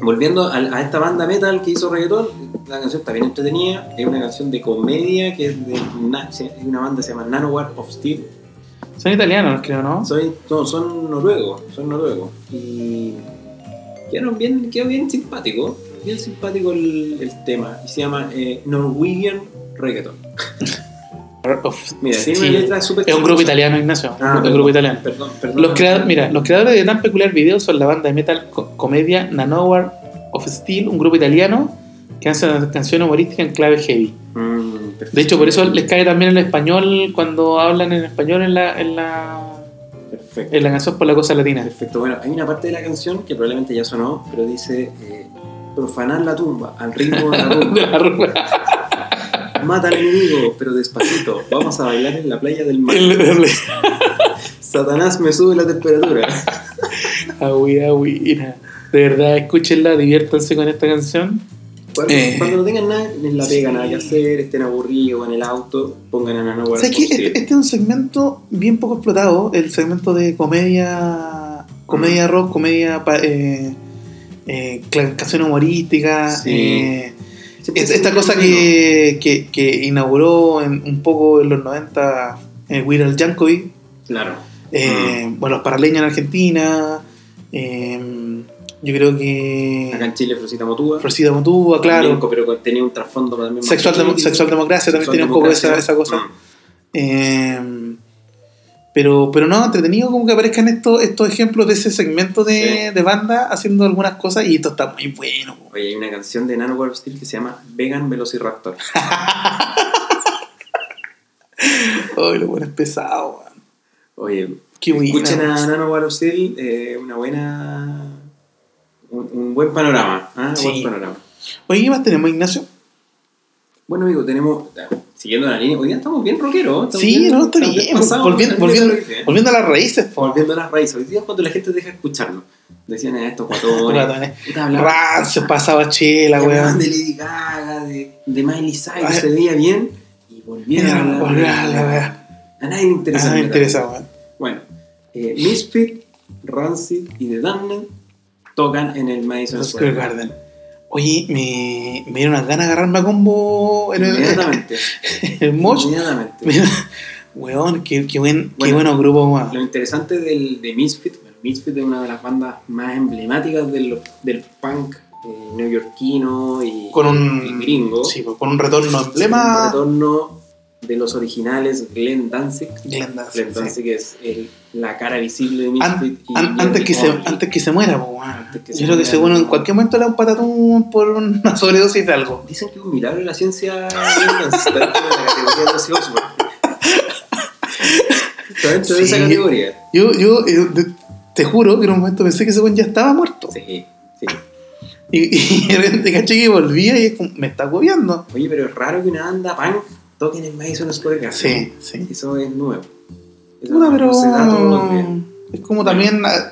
volviendo a, a esta banda metal que hizo reggaetón, la canción está bien entretenida, es una canción de comedia que es de una, se- es una banda que se llama Nanowar of Steel.
Son italianos, creo, ¿no?
Soy- no, son noruegos, son noruegos. Y quedaron bien, quedó bien simpático, bien simpático el, el tema. Y se llama eh, Norwegian Reggaeton.
of
Mira, tiene una
Steel.
letra súper
Es un grupo
chistosa.
italiano, Ignacio.
Ah,
un
perdón,
grupo italiano.
Perdón, perdón.
Los crea- mira, los creadores de tan peculiar video son la banda de metal co- comedia Nanowar of Steel, un grupo italiano que hace una canción humorística en clave heavy.
Mm, perfecto.
De hecho, por eso les cae también el español cuando hablan en español en la, en la,
Perfecto.
en la canción por la cosa latina.
Perfecto. Bueno, hay una parte de la canción que probablemente ya sonó, pero dice eh, profanar la tumba al ritmo de la
De
rumba.
la rumba.
Mata al enemigo, pero despacito. Vamos a bailar en la playa del mar.
El- el-
Satanás me sube la temperatura.
Aui, aui, y nada. De verdad, escúchenla, diviértanse con esta canción.
Cuando,
Eh.
cuando no tengan nada en la pega,
Sí.
nada que hacer, estén aburridos en el auto, pongan a Nano
O sea, es que este, este es un segmento bien poco explotado, el segmento de comedia, comedia rock, comedia pa- eh, eh, cla- canción humorística,
Sí.
eh, es- esta cosa que, que- que inauguró en- un poco en los 90 eh, Weird Al Yankovic,
Claro.
eh, bueno, los paraleños en Argentina, eh, yo creo
Acá
que
en Chile, Rosita Motúa.
Frosida Motúa, claro,
Blanco, pero que tenía un trasfondo también más
Sexual, Demo-
chileno.
Sexual Democracia también
Sexual
tiene un poco esa,
democracia.
esa cosa.
Mm.
Eh, pero, pero no, entretenido como que aparezcan estos, estos ejemplos de ese segmento de, de banda haciendo algunas cosas y esto está muy bueno. po.
Oye, hay una canción de Nano Warp Steel que se llama Vegan Velociraptor.
Ay, lo bueno es pesado, weón.
Oye,
Qué
escuchen
buena.
a Nano Warp Steel, eh, una buena. Un, un buen panorama. ¿ah? Un
Sí.
buen panorama.
Oye, ¿qué más tenemos, Ignacio?
Bueno, amigo, tenemos. Siguiendo la línea, hoy día estamos bien rockeros. estamos
Sí, no, está
estamos
bien.
pasados,
Volviendo,
estamos bien
volviendo,
rockeros, ¿eh?
volviendo a las raíces, po.
Volviendo a las raíces. Hoy día es cuando la gente deja de escucharnos. Decían a estos
Rato,
cuatones.
eh.
Puta, hablaban-
Rancio, pasaba chela,
hablaban
weón. Ah,
de Lady Gaga, de, de Miley Cyrus,
Ay.
se veía bien. Y volvieron a
Mira,
hablar.
volvía, la weá.
A nadie le interesa.
Ah, me
el metal.
interesa, weón.
Bueno, eh, Misfit, Rancid y The Damned tocan en el Madison
Los Square
Square
Garden. Oye, me, me dieron las ganas de agarrarme a combo en el, en
Inmediatamente.
el eh, mosh.
Inmediatamente.
Mira, weón, qué, qué buen, qué
Bueno.
buenos grupos, weón.
Lo interesante del, de Misfit, bueno, Misfit es una de las bandas más emblemáticas del, del punk eh, neoyorquino y,
Con
y
un.
gringo.
Sí, pues, con un retorno a
El
emblema.
retorno de los originales Glenn Danzig.
Glenn Danzig,
Glenn Danzig es el- la cara visible de
An-
Misfit. y
an- antes,
Jerry
que se,
Only.
antes que se muera, pues, weón.
Antes que
Yo
se
creo que
muera.
seguro en cualquier momento le da un patatún por una sobredosis de algo.
Dicen que es un milagro de la ciencia está dentro de la categoría de los Osborne. Está dentro de esa
Sí.
categoría.
Yo, yo eh, de- te juro que en un momento pensé que ese weón ya estaba muerto.
Sí, sí.
Y, y de repente caché que volvía y es como, me está copiando.
Oye, pero es raro que una banda punk toque en el Madison Square Garden.
Sí, sí.
Eso es nuevo. Eso
Puta,
no
pero.
se da todos los días.
Es como también. ah,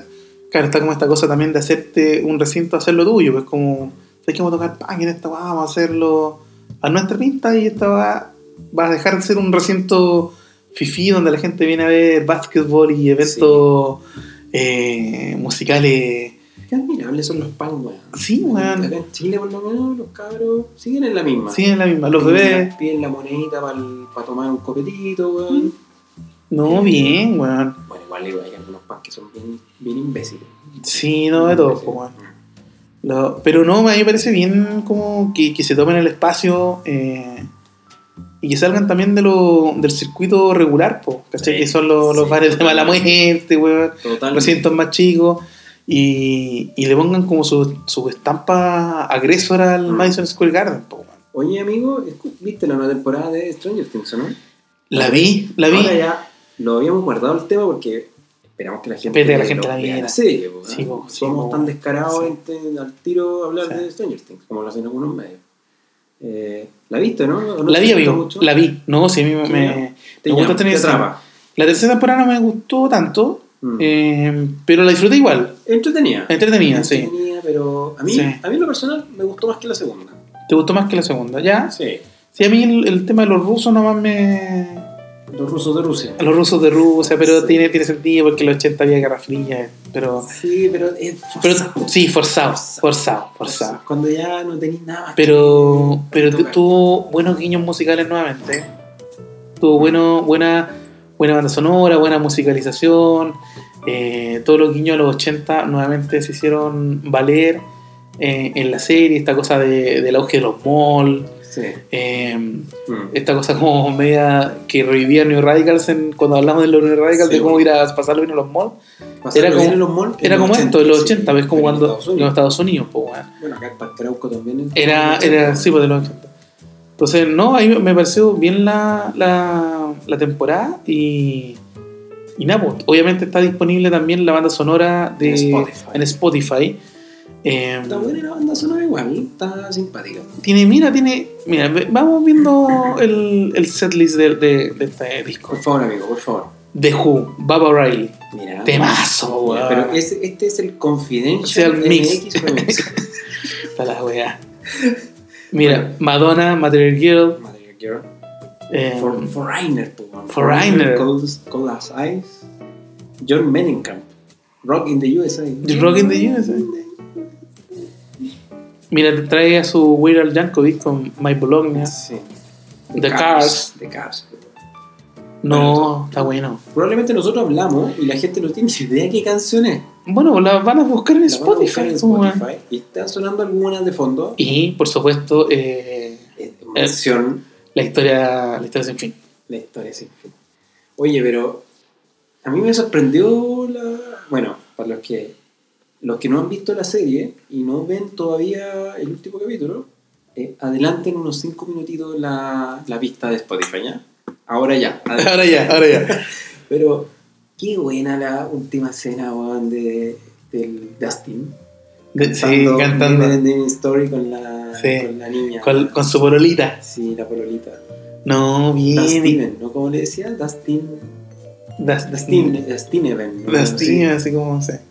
Claro, está como esta cosa también de hacerte un recinto, hacerlo tuyo. pues como. Sabes que vamos a tocar pan en esta, weá, vamos a hacerlo a nuestra pinta y esta va, va a dejar de ser un recinto fifí donde la gente viene a ver básquetbol y eventos eh, musicales.
Qué admirables son los punk, weón.
Sí, weón.
Acá en Chile, por lo menos, los cabros siguen en la misma.
Sí, es la misma. Los bebés.
Piden la monedita para tomar un copetito, weón.
Mm. No, bien, weón.
Bueno, igual digo, hay algunos punk que son bien, bien imbéciles.
Sí, no, de todo, pues, weón. Lo- pero no, a mí me parece bien como que, que se tomen el espacio eh, y que salgan también de lo, del circuito regular, po, ¿cachai?
Sí,
que son los, los
sí,
bares de mala muerte,
totalmente.
weón,
Total.
recintos más chicos, y, y le pongan como su, su estampa agresora al
Mm.
Madison Square Garden, po, weón.
Oye, amigo, escu- ¿viste la nueva temporada de Stranger Things, o no?
La vi, la vi.
Ahora ya lo habíamos guardado el tema porque esperamos que la gente,
Espera que la gente la
vea
viera.
serie, po,
Sí,
¿eh?
po, sí,
Somos
po.
tan descarados
Sí.
en te- al tiro a hablar
Sí.
de Stranger Things, como lo hacen algunos medios. Eh, ¿La viste, no? ¿O no
La
te
vi,
gustó
amigo,
mucho?
la vi. No, sí, a mí me...
Sí,
me-
Te
me gusta
llama,
tener
te
esa-
atrapa.
La tercera temporada no me gustó tanto,
Mm.
eh, pero la disfruté igual.
Entretenida.
Entretenida, sí.
pero a mí,
Sí.
a mí en lo personal me gustó más que la segunda.
¿Te gustó más que la segunda? ¿Ya?
Sí.
Sí, a mí el, el tema de los rusos nomás me...
Los rusos de Rusia.
Los rusos de Rusia, pero
Sí.
tiene, tiene sentido porque en los 80 había guerra fría, pero...
Sí, pero es
pero
forzado.
sí, forzado, forzado, forzado.
Cuando ya no tenéis nada más
Pero,
que
pero tu-
tocar.
tuvo buenos guiños musicales nuevamente. Tuvo bueno, buena, buena banda sonora, buena musicalización. eh, todos los guiños de los 80 nuevamente se hicieron valer eh, en la serie. Esta cosa de- del auge de los malls.
Sí.
Eh,
Mm.
esta cosa como media que revivía New Radicals en- cuando hablamos de los New Radicals,
Sí,
de cómo
bueno.
ir a pasarlo bien a los malls.
Pasarlo
como-
bien en los malls en
Era
los
como
80,
esto, de los
sí,
80, ¿ves? Como
en
cuando
Estados
en
Unidos.
los Estados Unidos, pues, weón.
Bueno, acá para Crauco también.
Era, era sí, pues de los 80. Entonces, no, ahí me pareció bien la, la, la temporada y. Y nada, pues, obviamente está disponible también la banda sonora de,
En Spotify.
en Spotify. Eh,
Está buena la banda sonora igual, está simpática.
tiene, mira, tiene. Mira, ve- vamos viendo el, el setlist de, de, de este disco.
Por favor, amigo, por favor.
The Who, Baba O'Reilly.
Mira.
Temazo, weón.
Pero es- este es el Confidential
O sea, el mix.
MX remix.
Está la weá. Mira, Madonna, Material Girl.
Mother Girl.
eh,
For- Foreigner, po, man.
Foreigner.
Cold, Cold as Ice. John Mellencamp. Rock in the USA.
The Rock in the USA. mira, trae a su Weird Al Yankovic con My Bologna.
Sí.
The Cars.
The Cars.
No, está bueno.
Probablemente nosotros hablamos y la gente no tiene idea qué canción es.
Bueno, las van a buscar en
La van a buscar
Spotify.
en
po, weón.
Spotify. Y están sonando algunas de fondo.
Y, por supuesto, eh,
Eh, Mención.
la historia la historia sin fin.
La historia sin fin. Oye, pero a mí me sorprendió la... Bueno, para los que, los que no han visto la serie y no ven todavía el último capítulo, eh, adelanten unos 5 minutitos la, la vista de Spotify, ¿ya? Ahora ya. adelante.
Ahora ya, ahora ya.
Pero qué buena la última escena, weón, de, del Dustin.
De- sí, cantando.
Never Ending Story con la,
Sí.
con la niña.
Con, con su bololita.
Sí, la pololita.
No, bien.
Dustin, ¿no? ¿Cómo le decía? Dustin...
Dustin.
Dustin, Dustin Even. ¿no?
Dustin,
Mm, Sí.
así como se.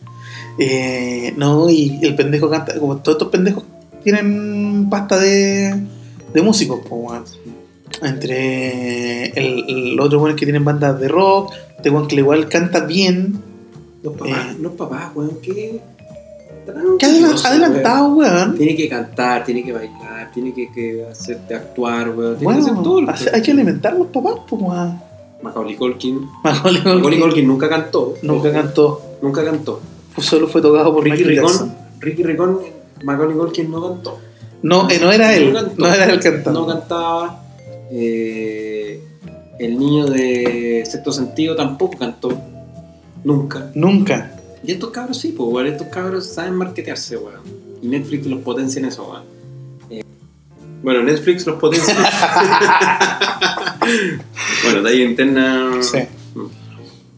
Eh, no, y el pendejo canta. Como todos estos pendejos tienen pasta de, de músicos, po, weón. Entre el, el otro bueno que tienen bandas de rock, de weón que igual canta bien.
Los papás,
Eh.
los papás, weón, que.
Que adela- adelantado, weón.
Tiene que cantar, tiene que bailar, tiene que, que hacerte actuar, weón. Tiene que hacer todo.
Bueno,
lo
hace- hay que alimentar a los papás, pues, weón.
Macaulay Culkin.
Macaulay Culkin
Macaulay Culkin nunca cantó.
Nunca
Ojo,
cantó.
Nunca cantó.
Fue- Solo fue tocado por
Ricky
Michael
Ricón.
Jackson.
Ricky Ricón, Macaulay Culkin no cantó.
No, eh, no era él.
cantó.
No era él cantando.
No cantaba. eh, el niño de sexto sentido tampoco cantó. Nunca.
Nunca.
Y estos cabros sí, pues, weón. Estos cabros saben marketearse, weón. Y Netflix los potencia en eso, weón. Eh, bueno, Netflix los potencia. bueno, talla interna.
Sí.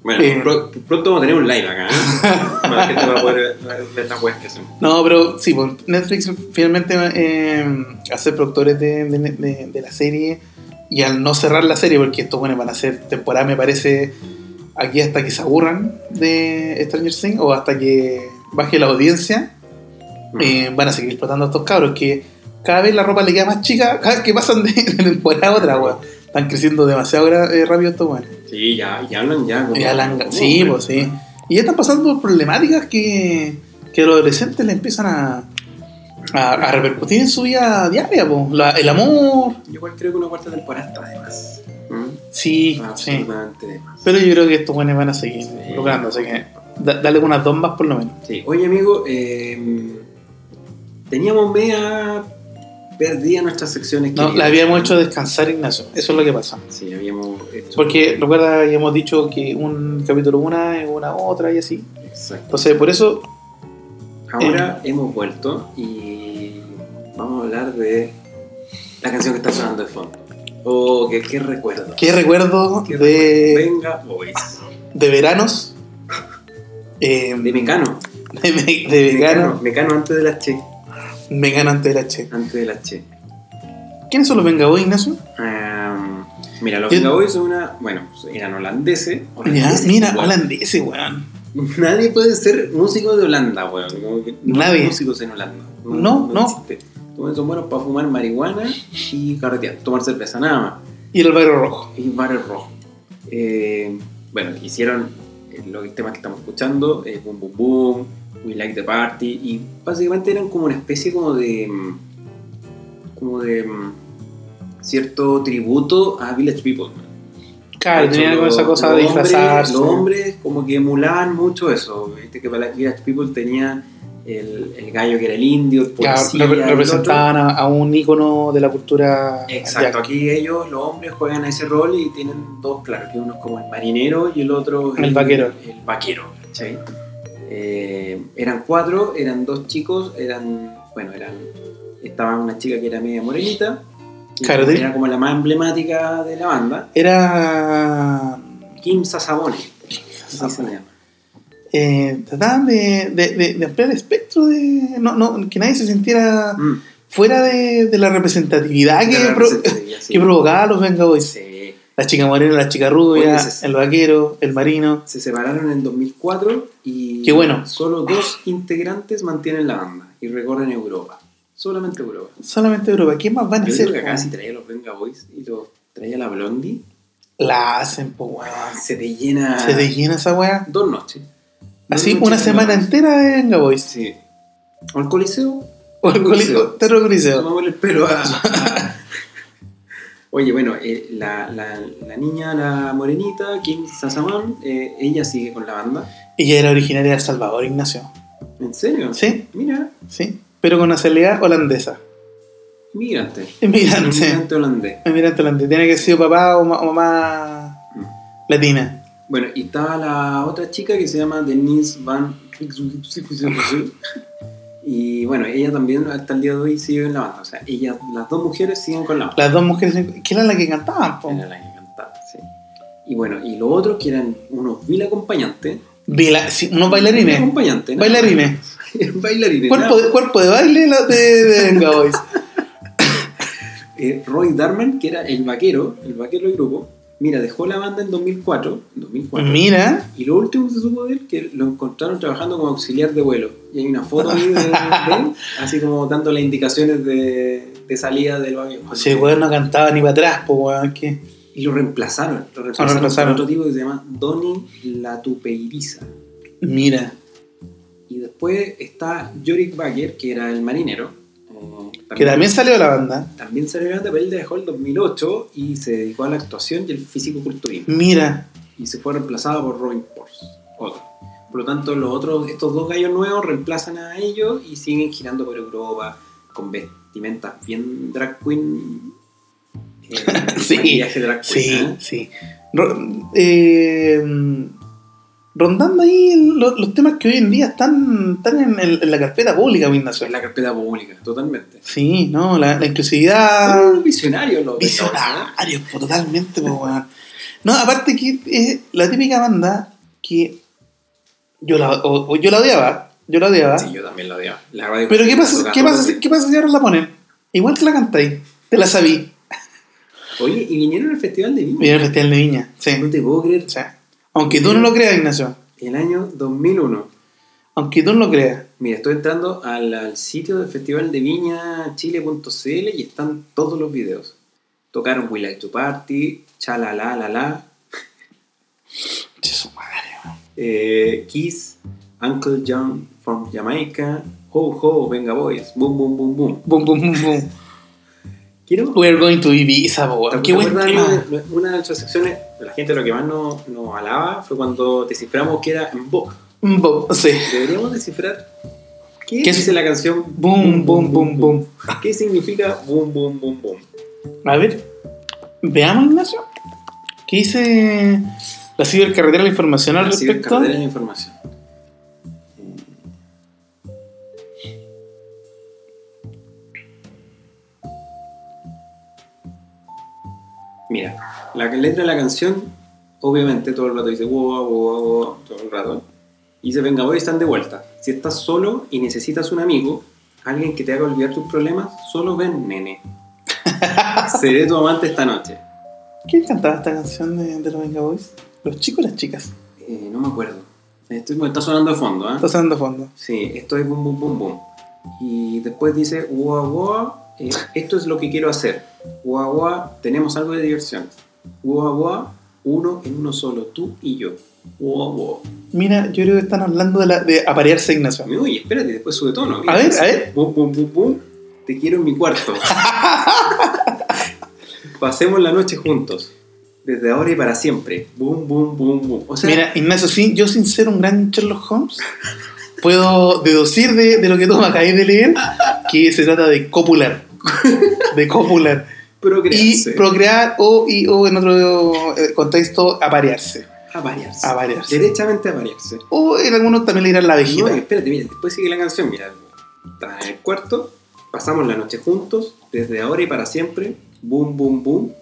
Bueno,
Eh.
pro- pronto vamos a tener un live acá. ¿eh? Más gente va a poder ver ver las weas que hacemos.
No, pero sí, pues, Netflix finalmente eh, hace productores de, de- de- de la serie y al no cerrar la serie, porque esto bueno, van a ser temporada, me parece, aquí hasta que se aburran de Stranger Things o hasta que baje la audiencia, eh, van a seguir explotando a estos cabros que cada vez la ropa le queda más chica, cada vez que pasan de, de temporada a otra, weón. Están creciendo demasiado gra- eh, rápido estos weones.
Sí, ya, ya hablan ya. como-
Y hablan-
como,
sí,
hombre.
pues sí. Y ya están pasando por problemáticas que, que a los adolescentes le empiezan a, a, a repercutir en su vida diaria, po. La- el amor.
Yo igual creo que una cuarta temporada está de más. ¿Mm?
Sí, sí.
Absolutamente de más.
Pero yo creo que estos buenos van a seguir
pues. Sí.
logrando, así que da- dale unas dos más por lo menos.
Sí. Oye, amigo, eh, teníamos media perdida nuestras secciones.
No,
queridas.
la habíamos hecho descansar, Ignacio. Eso es lo que pasa.
Sí, habíamos hecho.
Porque recuerda, habíamos dicho que un capítulo una es una otra y así.
Exacto.
Entonces, por eso,
Ahora
eh,
hemos vuelto y vamos a hablar de la canción que está sonando de fondo. Oh, qué, qué recuerdo.
qué recuerdo
Qué
de,
Venga, boys.
de veranos. Eh,
De Mecano.
de, me- de vegano.
Mecano antes de la Che.
Vengan antes de la Che.
Antes de la Che.
¿Quiénes son los Venga Boys, Ignacio?
Ah, mira, los
Yo-
Venga Boys son una. Bueno, eran holandeses.
Ya,
holandeses
Ah, mira,
igual.
holandeses, weón.
Nadie puede ser músico de Holanda, weón. Como que no
Nadie.
hay músicos en Holanda.
No, no.
existe. Los buenos son buenos para fumar marihuana y carretear, tomar cerveza, nada más.
Y el barrio rojo.
Y bares rojo. Eh, bueno, hicieron eh, los temas que estamos escuchando, eh, Boom Boom Boom, We Like the Party, y básicamente eran como una especie como de... mm, como de... mm, cierto tributo a Village People. ¿no?
Claro,
De hecho,
tenían como
los-
esa cosa
los
de
hombres-
disfrazarse.
Los hombres como que emulaban mucho eso, viste que para Village People tenía el, el gallo que era el indio, el
Claro,
policía,
rep-
el
representaban a, a un ícono de la cultura.
otro. Exacto,
jack.
aquí ellos, los hombres, juegan ese rol y tienen dos, claro, que uno es como el marinero y el otro es
El vaquero.
El vaquero, ¿cachai? Eh, eran cuatro, eran dos chicos, eran, bueno, eran, estaba una chica que era media morenita, y
Claro, de-
era como la más emblemática de la banda,
Era.
Kim Sasabone, así se le llama.
eh, trataban de, de, de- de ampliar el espectro, de, no, no, que nadie se sintiera
Mm.
fuera de, de la representatividad que,
Claro,
pro-
representatividad, sí.
que provocaba a los Venga Boys.
Sí.
La chica morena, la chica rubia,
Oye, ese-
el vaquero, el marino.
Se separaron en el 2004 y
Qué bueno.
solo dos integrantes mantienen la banda y recorren Europa. Solamente Europa.
Solamente Europa. ¿Quién más van a
Yo
hacer?
creo que acá
weón?
si traía los Venga Boys y los traía la Blondie,
La hacen, po, weón.
se te llena
Se te llena esa weá.
dos noches. Dos
Así
noches
una
de
semana
Venga Boys.
entera de Venga Boys.
Sí. O al Coliseo,
O el
Coliseo.
coliseo. Terror Coliseo.
tomámosle el pelo a... a- Oye, bueno, eh, la, la- la niña, la morenita, Kim Sasamon, eh, ella sigue con la banda.
Ella era originaria de El Salvador, Ignacio.
¿En serio?
Sí,
Mira,
sí. Pero con nacionalidad holandesa.
migrante.
Inmigrante.
Inmigrante holandés.
Inmigrante holandés. Tiene que haber sido papá o, ma- o mamá
Mm.
latina.
Bueno, y estaba la otra chica que se llama Denise Van Riekshoek. Y bueno, ella también hasta el día de hoy sigue en la banda. O sea, ellas, las dos mujeres siguen con la banda.
Las dos mujeres que eran las que cantaban, po.
Era la que cantaba, sí. Y bueno, y los otros que eran unos mil acompañantes.
Baila- sí, unos
Mil
bailarines.
acompañantes. ¿no?
Bailarines.
bailarines.
Cuerpo de,
nada.
cuerpo de baile la- de, de Venga Boys.
Eh, Roy Darman, que era el vaquero, el vaquero del grupo. Mira, dejó la banda en 2004. En 2004.
Mira.
Y lo último que se supo de él, que lo encontraron trabajando como auxiliar de vuelo. Y hay una foto ahí de, de él, así como dando las indicaciones de, de salida del avión.
Si el weón no cantaba ni para atrás, po, weón. que-
Y lo reemplazaron. Lo reemplazaron,
Lo reemplazaron.
por otro tipo que se llama Donny Latupeiriza.
Mira.
Y después está Yorick Baker, que era el marinero. eh,
Que también salió de la banda.
también salió grande, pero él dejó el 2008 y se dedicó a la actuación y el físico-culturismo.
Mira.
y se fue reemplazado por Robin Porce, otro. Por lo tanto, los otros, estos dos gallos nuevos reemplazan a ellos y siguen girando por Europa con vestimentas bien drag queen. eh,
Sí,
maquillaje drag queen.
Sí, sí.
¿eh?
Ro- eh, rondando ahí lo- los temas que hoy en día están, están en, el- en la carpeta pública, Ignacio.
Es la carpeta pública, totalmente.
Sí, no, la, la
Son
inclusividad.
unos visionarios los gallos,
Ah. Visionarios, po, totalmente, po, weón. No, aparte que es la típica banda que yo la, o- o yo la odiaba. Yo la odiaba.
¿eh? Sí, yo también lo odiaba. La radio
Pero ¿qué pasa,
tocaba
qué,
todo
pasa
el
si,
día.
¿qué pasa si ahora la ponen? Igual te la cantáis, te la sabí.
Oye, y vinieron al Festival de Viña.
Mira el Festival de Viña, sí.
No te puedo creer.
O sea, aunque tú no lo creas, Ignacio,
El año 2001.
aunque tú no lo creas,
Mira, estoy entrando al, al sitio del Festival de Viña Chile.cl y están todos los videos. Tocaron We Like to Party, Cha La La La La,
che, su madre, weón.
eh, Kiss, Uncle John from Jamaica, Ho Ho, Venga Boys, Boom Boom Boom Boom.
Bum, bum, bum, bum.
Quiero.
We're going to Ibiza, po,
¿te
weón. Qué buen
acuerdas
tema.
de- Una de nuestras secciones, de la gente lo que más nos nos alaba fue cuando desciframos que era en voz.
Mm, bo- sí.
Deberíamos descifrar qué,
¿Qué
dice
es?
la canción
Boom, boom, boom, boom.
¿Qué significa Boom Boom Boom Boom?
A ver, veamos, Ignacio. ¿Qué dice la cibercarretera de la información al
Recibe
respecto?
carteles de información. Eh, Mira, la letra de la canción, obviamente todo el rato dice wow, wow, wow, todo el rato. Y dice, venga, voy, están de vuelta. Si estás solo y necesitas un amigo, alguien que te haga olvidar tus problemas, solo ven, nene. Seré tu amante esta noche.
¿Quién cantaba esta canción de, de los Venga Boys? ¿Los chicos o las chicas?
Eh, no me acuerdo. Esto me está sonando de fondo, ¿ah?
Está sonando a fondo.
Sí, esto es boom, boom, boom, boom. Y después dice, guau, guau, eh, esto es lo que quiero hacer. Guau, guau, tenemos algo de diversión. Guau, guau, uno en uno solo, tú y yo. Guau, guau.
Mira, yo creo que están hablando de, la, de aparearse, Ignacio.
Amigo, y espérate, después sube tono.
A ver, a ver.
Boom, boom, boom, boom, te quiero en mi cuarto. Pasemos la noche juntos. Desde ahora y para siempre. Boom, boom, boom, boom. O sea,
Mira, Ignacio, sí, yo sin ser un gran Sherlock Holmes, puedo deducir de, de lo que tú me acabáis de leer que se trata de copular. De copular. Y
Procrearse.
procrear o, y, o en otro eh, contexto, aparearse.
Avariarse.
Avariarse.
Derechamente avariarse.
O en algunos también le dirán la
No,
vejita.
espérate, mira, después sigue la canción, mira. Está en el cuarto, pasamos la noche juntos, desde ahora y para siempre. Boom, boom, boom.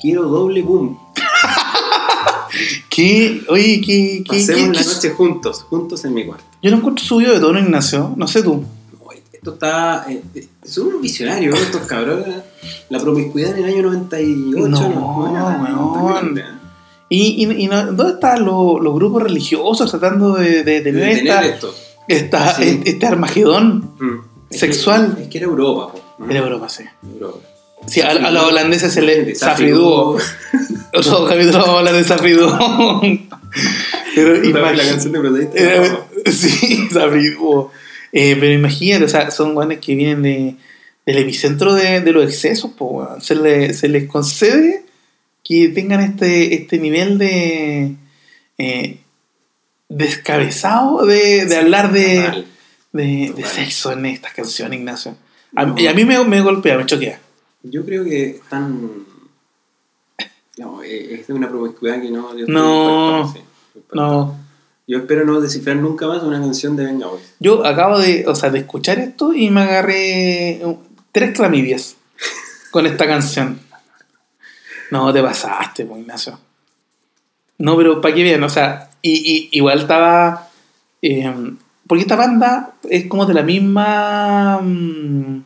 Quiero doble boom.
¿Qué? Oye, ¿qué? qué-
Pasemos
qué-
la
qué-
noche juntos, juntos en mi cuarto.
Yo no encuentro subido de tono, Ignacio. No sé tú.
Oye, Esto está. eh, eh, son unos visionarios, ¿no? estos cabrones. La promiscuidad en el año 98.
No, weón.
weón.
¿Y, y, y no- dónde están los, los grupos religiosos tratando de, de tener esta,
Tener esto.
esta-
Sí.
este, este armagedón?
Mm. Es
Sexual.
que- es que era Europa, po.
En Europa, sí.
Europa.
Sí, a, a los holandeses se le
Safridúo.
safridúo. Otro capítulo vamos a hablar de safridúo. Pero
Otra vez
imagi-
La canción de Protagonista.
Eh, sí, Safridúo. Eh, pero imagínate, o sea, son guanes que vienen de, del epicentro de, de los excesos, po, weón. se, le- se les concede que tengan este, este nivel de eh, descabezado de, de hablar de,
Total.
de- de
Total.
sexo en estas canciones, Ignacio. A-
No.
Y a mí me, me golpea, me choquea.
Yo creo que están. No, eh, es de una promiscuidad que no. yo estoy
No.
impactado, sí, impactado.
No.
Yo espero no descifrar nunca más una canción de Venga Boys.
Yo acabo de, o sea, de escuchar esto y me agarré uh, tres clamidias con esta canción. No, te pasaste, pues, Ignacio. No, pero para que vean, o sea, y, y- igual estaba. eh, porque esta banda es como de la misma mm,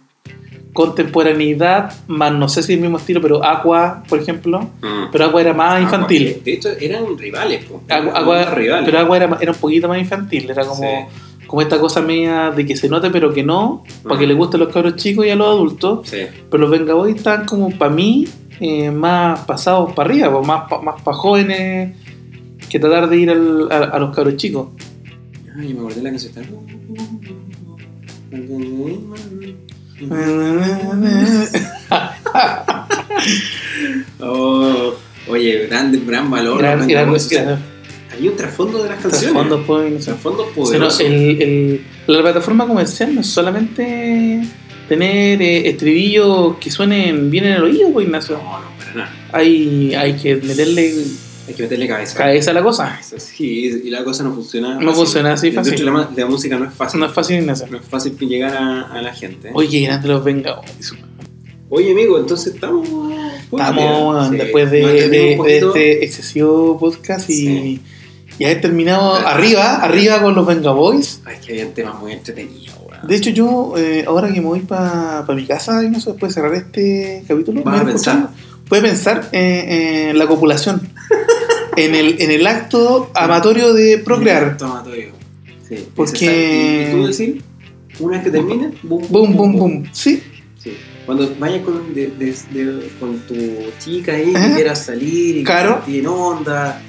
contemporaneidad, más no sé si el mismo estilo, pero Aqua, por ejemplo.
Mm. Ah,
Pero Aqua era más infantil.
De hecho, eran rivales. po.
Agua-
Eran
agua-
rivales.
pero agua era, era un poquito más infantil, era como, como esta cosa media de que se note pero que no, para que
Ujú.
le gusten los cabros chicos y a los adultos.
Sí, sí.
Pero los Venga Boys están como para mí eh, más pasados para arriba, pues, más, pa- más para jóvenes que tratar de ir al- a, a los cabros chicos.
Ay, me acordé de la canción. está- Oh, oye, gran, gran valor.
Gran-
Venga
gran-
Boys, o sea,
gran
Había un trasfondo de las canciones.
trasfondo, pues, no sé.
Trasfondo
O sea, no,
poderoso.
el- el- la plataforma comercial no es solamente tener eh, estribillos que suenen bien en el oído, pues, Ignacio.
No, no, para nada.
hay, hay que meterle
Hay que meterle cabeza.
cabeza a la cosa.
Eso Sí, y la cosa no funciona.
No funciona así
De
fácil.
hecho, la, ma- la música no es fácil.
No es fácil de hacer.
No es fácil llegar a, a la gente. ¿eh?
Oye, qué grande los venga.
Oye, amigo, entonces estamos.
Estamos weón,
Sí.
después de,
Nos
de-
detenemos un
de
poquito.
este excesivo podcast y
Sí.
y haber terminado
Sí.
arriba, arriba con los Venga Boys.
Ay, que habían temas muy entretenidos, weón.
De hecho, yo eh, ahora que me voy para mi casa, y no sé, después de cerrar este capítulo,
Vas a
voy
pensar.
voy a pensar eh, en la copulación, en, el, en el acto amatorio de procrear.
Tomatorio. Sí.
Porque-
Y tú decir, una vez que termina, boom,
Boom, boom, boom. Sí,
Sí. Cuando vayas con, de- de- de- con tu chica ahí,
Ajá.
que quieras salir y
Claro.
que tiene onda,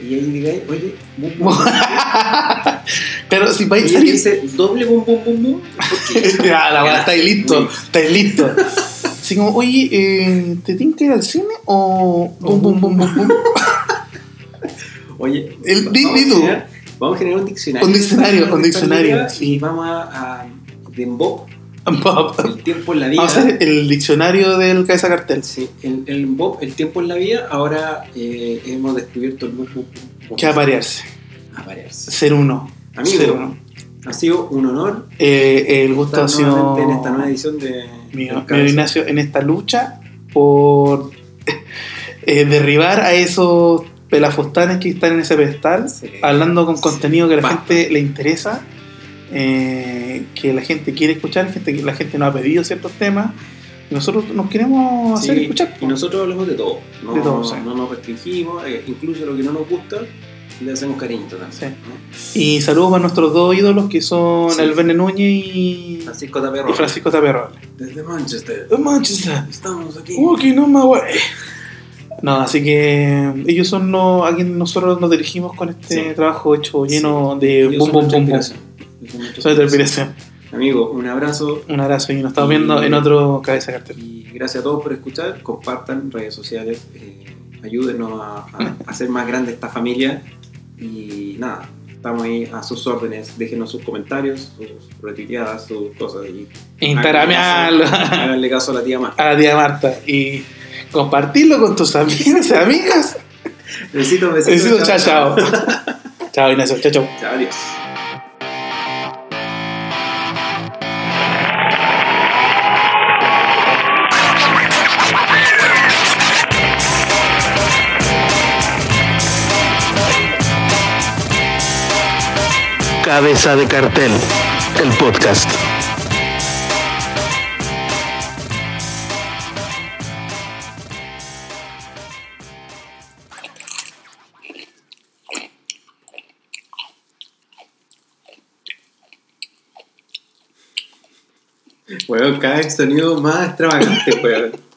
y ahí digáis, oye, boom, boom, boom.
pero si vais a
Y él
salir.
dice doble boom, boom, boom, boom. porque-
Ah, la weá, estáis listo,
Sí.
estáis listo. Así como, oye, eh, ¿te tienes que ir al cine o bum, bum, bum, bum, bum?
Oye,
El
va-
di-
vamos,
di
a
tú.
generar, vamos a generar un diccionario.
Un diccionario,
Vamos a
un
generar
diccionario,
diccionario
sí.
Y vamos a, a de Mbop,
Vamos
el tiempo en la vida.
a hacer el diccionario del cabeza cartel.
Sí, el, el Mbop, el tiempo en la vida. Ahora eh, hemos descubierto el boom, boom, boom.
Que aparearse,
Aparearse.
ser uno.
Amigo.
Ser uno.
Ha sido un honor
Eh, el gusto
estar
ha sido
nuevamente en esta nueva edición de.
mío,
del
mío,
Cabeza.
Ignacio en esta lucha por eh, derribar a esos pelafostanes que están en ese pedestal.
Sí.
hablando con
Sí.
contenido que a la
Basta.
gente le interesa, eh, que la gente quiere escuchar, gente, la gente nos ha pedido ciertos temas, y nosotros nos queremos
Sí,
hacer escuchar.
Y nosotros hablamos de todo. No,
De todo, sí.
no nos restringimos, eh, incluso lo que no nos gusta, le hacemos cariño también.
Sí.
¿no?
Y saludos para nuestros dos ídolos que son
Sí.
Alberne Núñez y,
Francisco Taperro.
y Francisco Oh, Taperro.
Desde Manchester.
Manchester,
Estamos aquí.
walking on my way. No, así que eh, ellos son los, a quienes nosotros nos dirigimos con este
Sí.
trabajo hecho lleno de
Ellos
bum
son
bum
nuestra
bum bum.
inspiración. Ellos son nuestra
Soy otra inspiración.
Amigo, un abrazo
Un abrazo y nos estamos
Y-
viendo en otro Cabeza de Cartel.
y gracias a todos por escuchar. Compartan redes sociales, eh, ayúdenos a, a hacer más grande esta familia. Y nada, Estamos ahí a sus órdenes. Déjenos sus comentarios, sus retuiteadas, sus cosas. Y
Instagramearlo a
háganle caso a la tía más.
la tía Marta y compartirlo con tus amigos y amigas.
Besitos, besitos.
Besitos, chao, chao. Chao, Ignacio, chao, chao.
Chao, adiós.
Cabeza de cartel, el podcast.
Weón, cada vez sonido más extravagante, weón.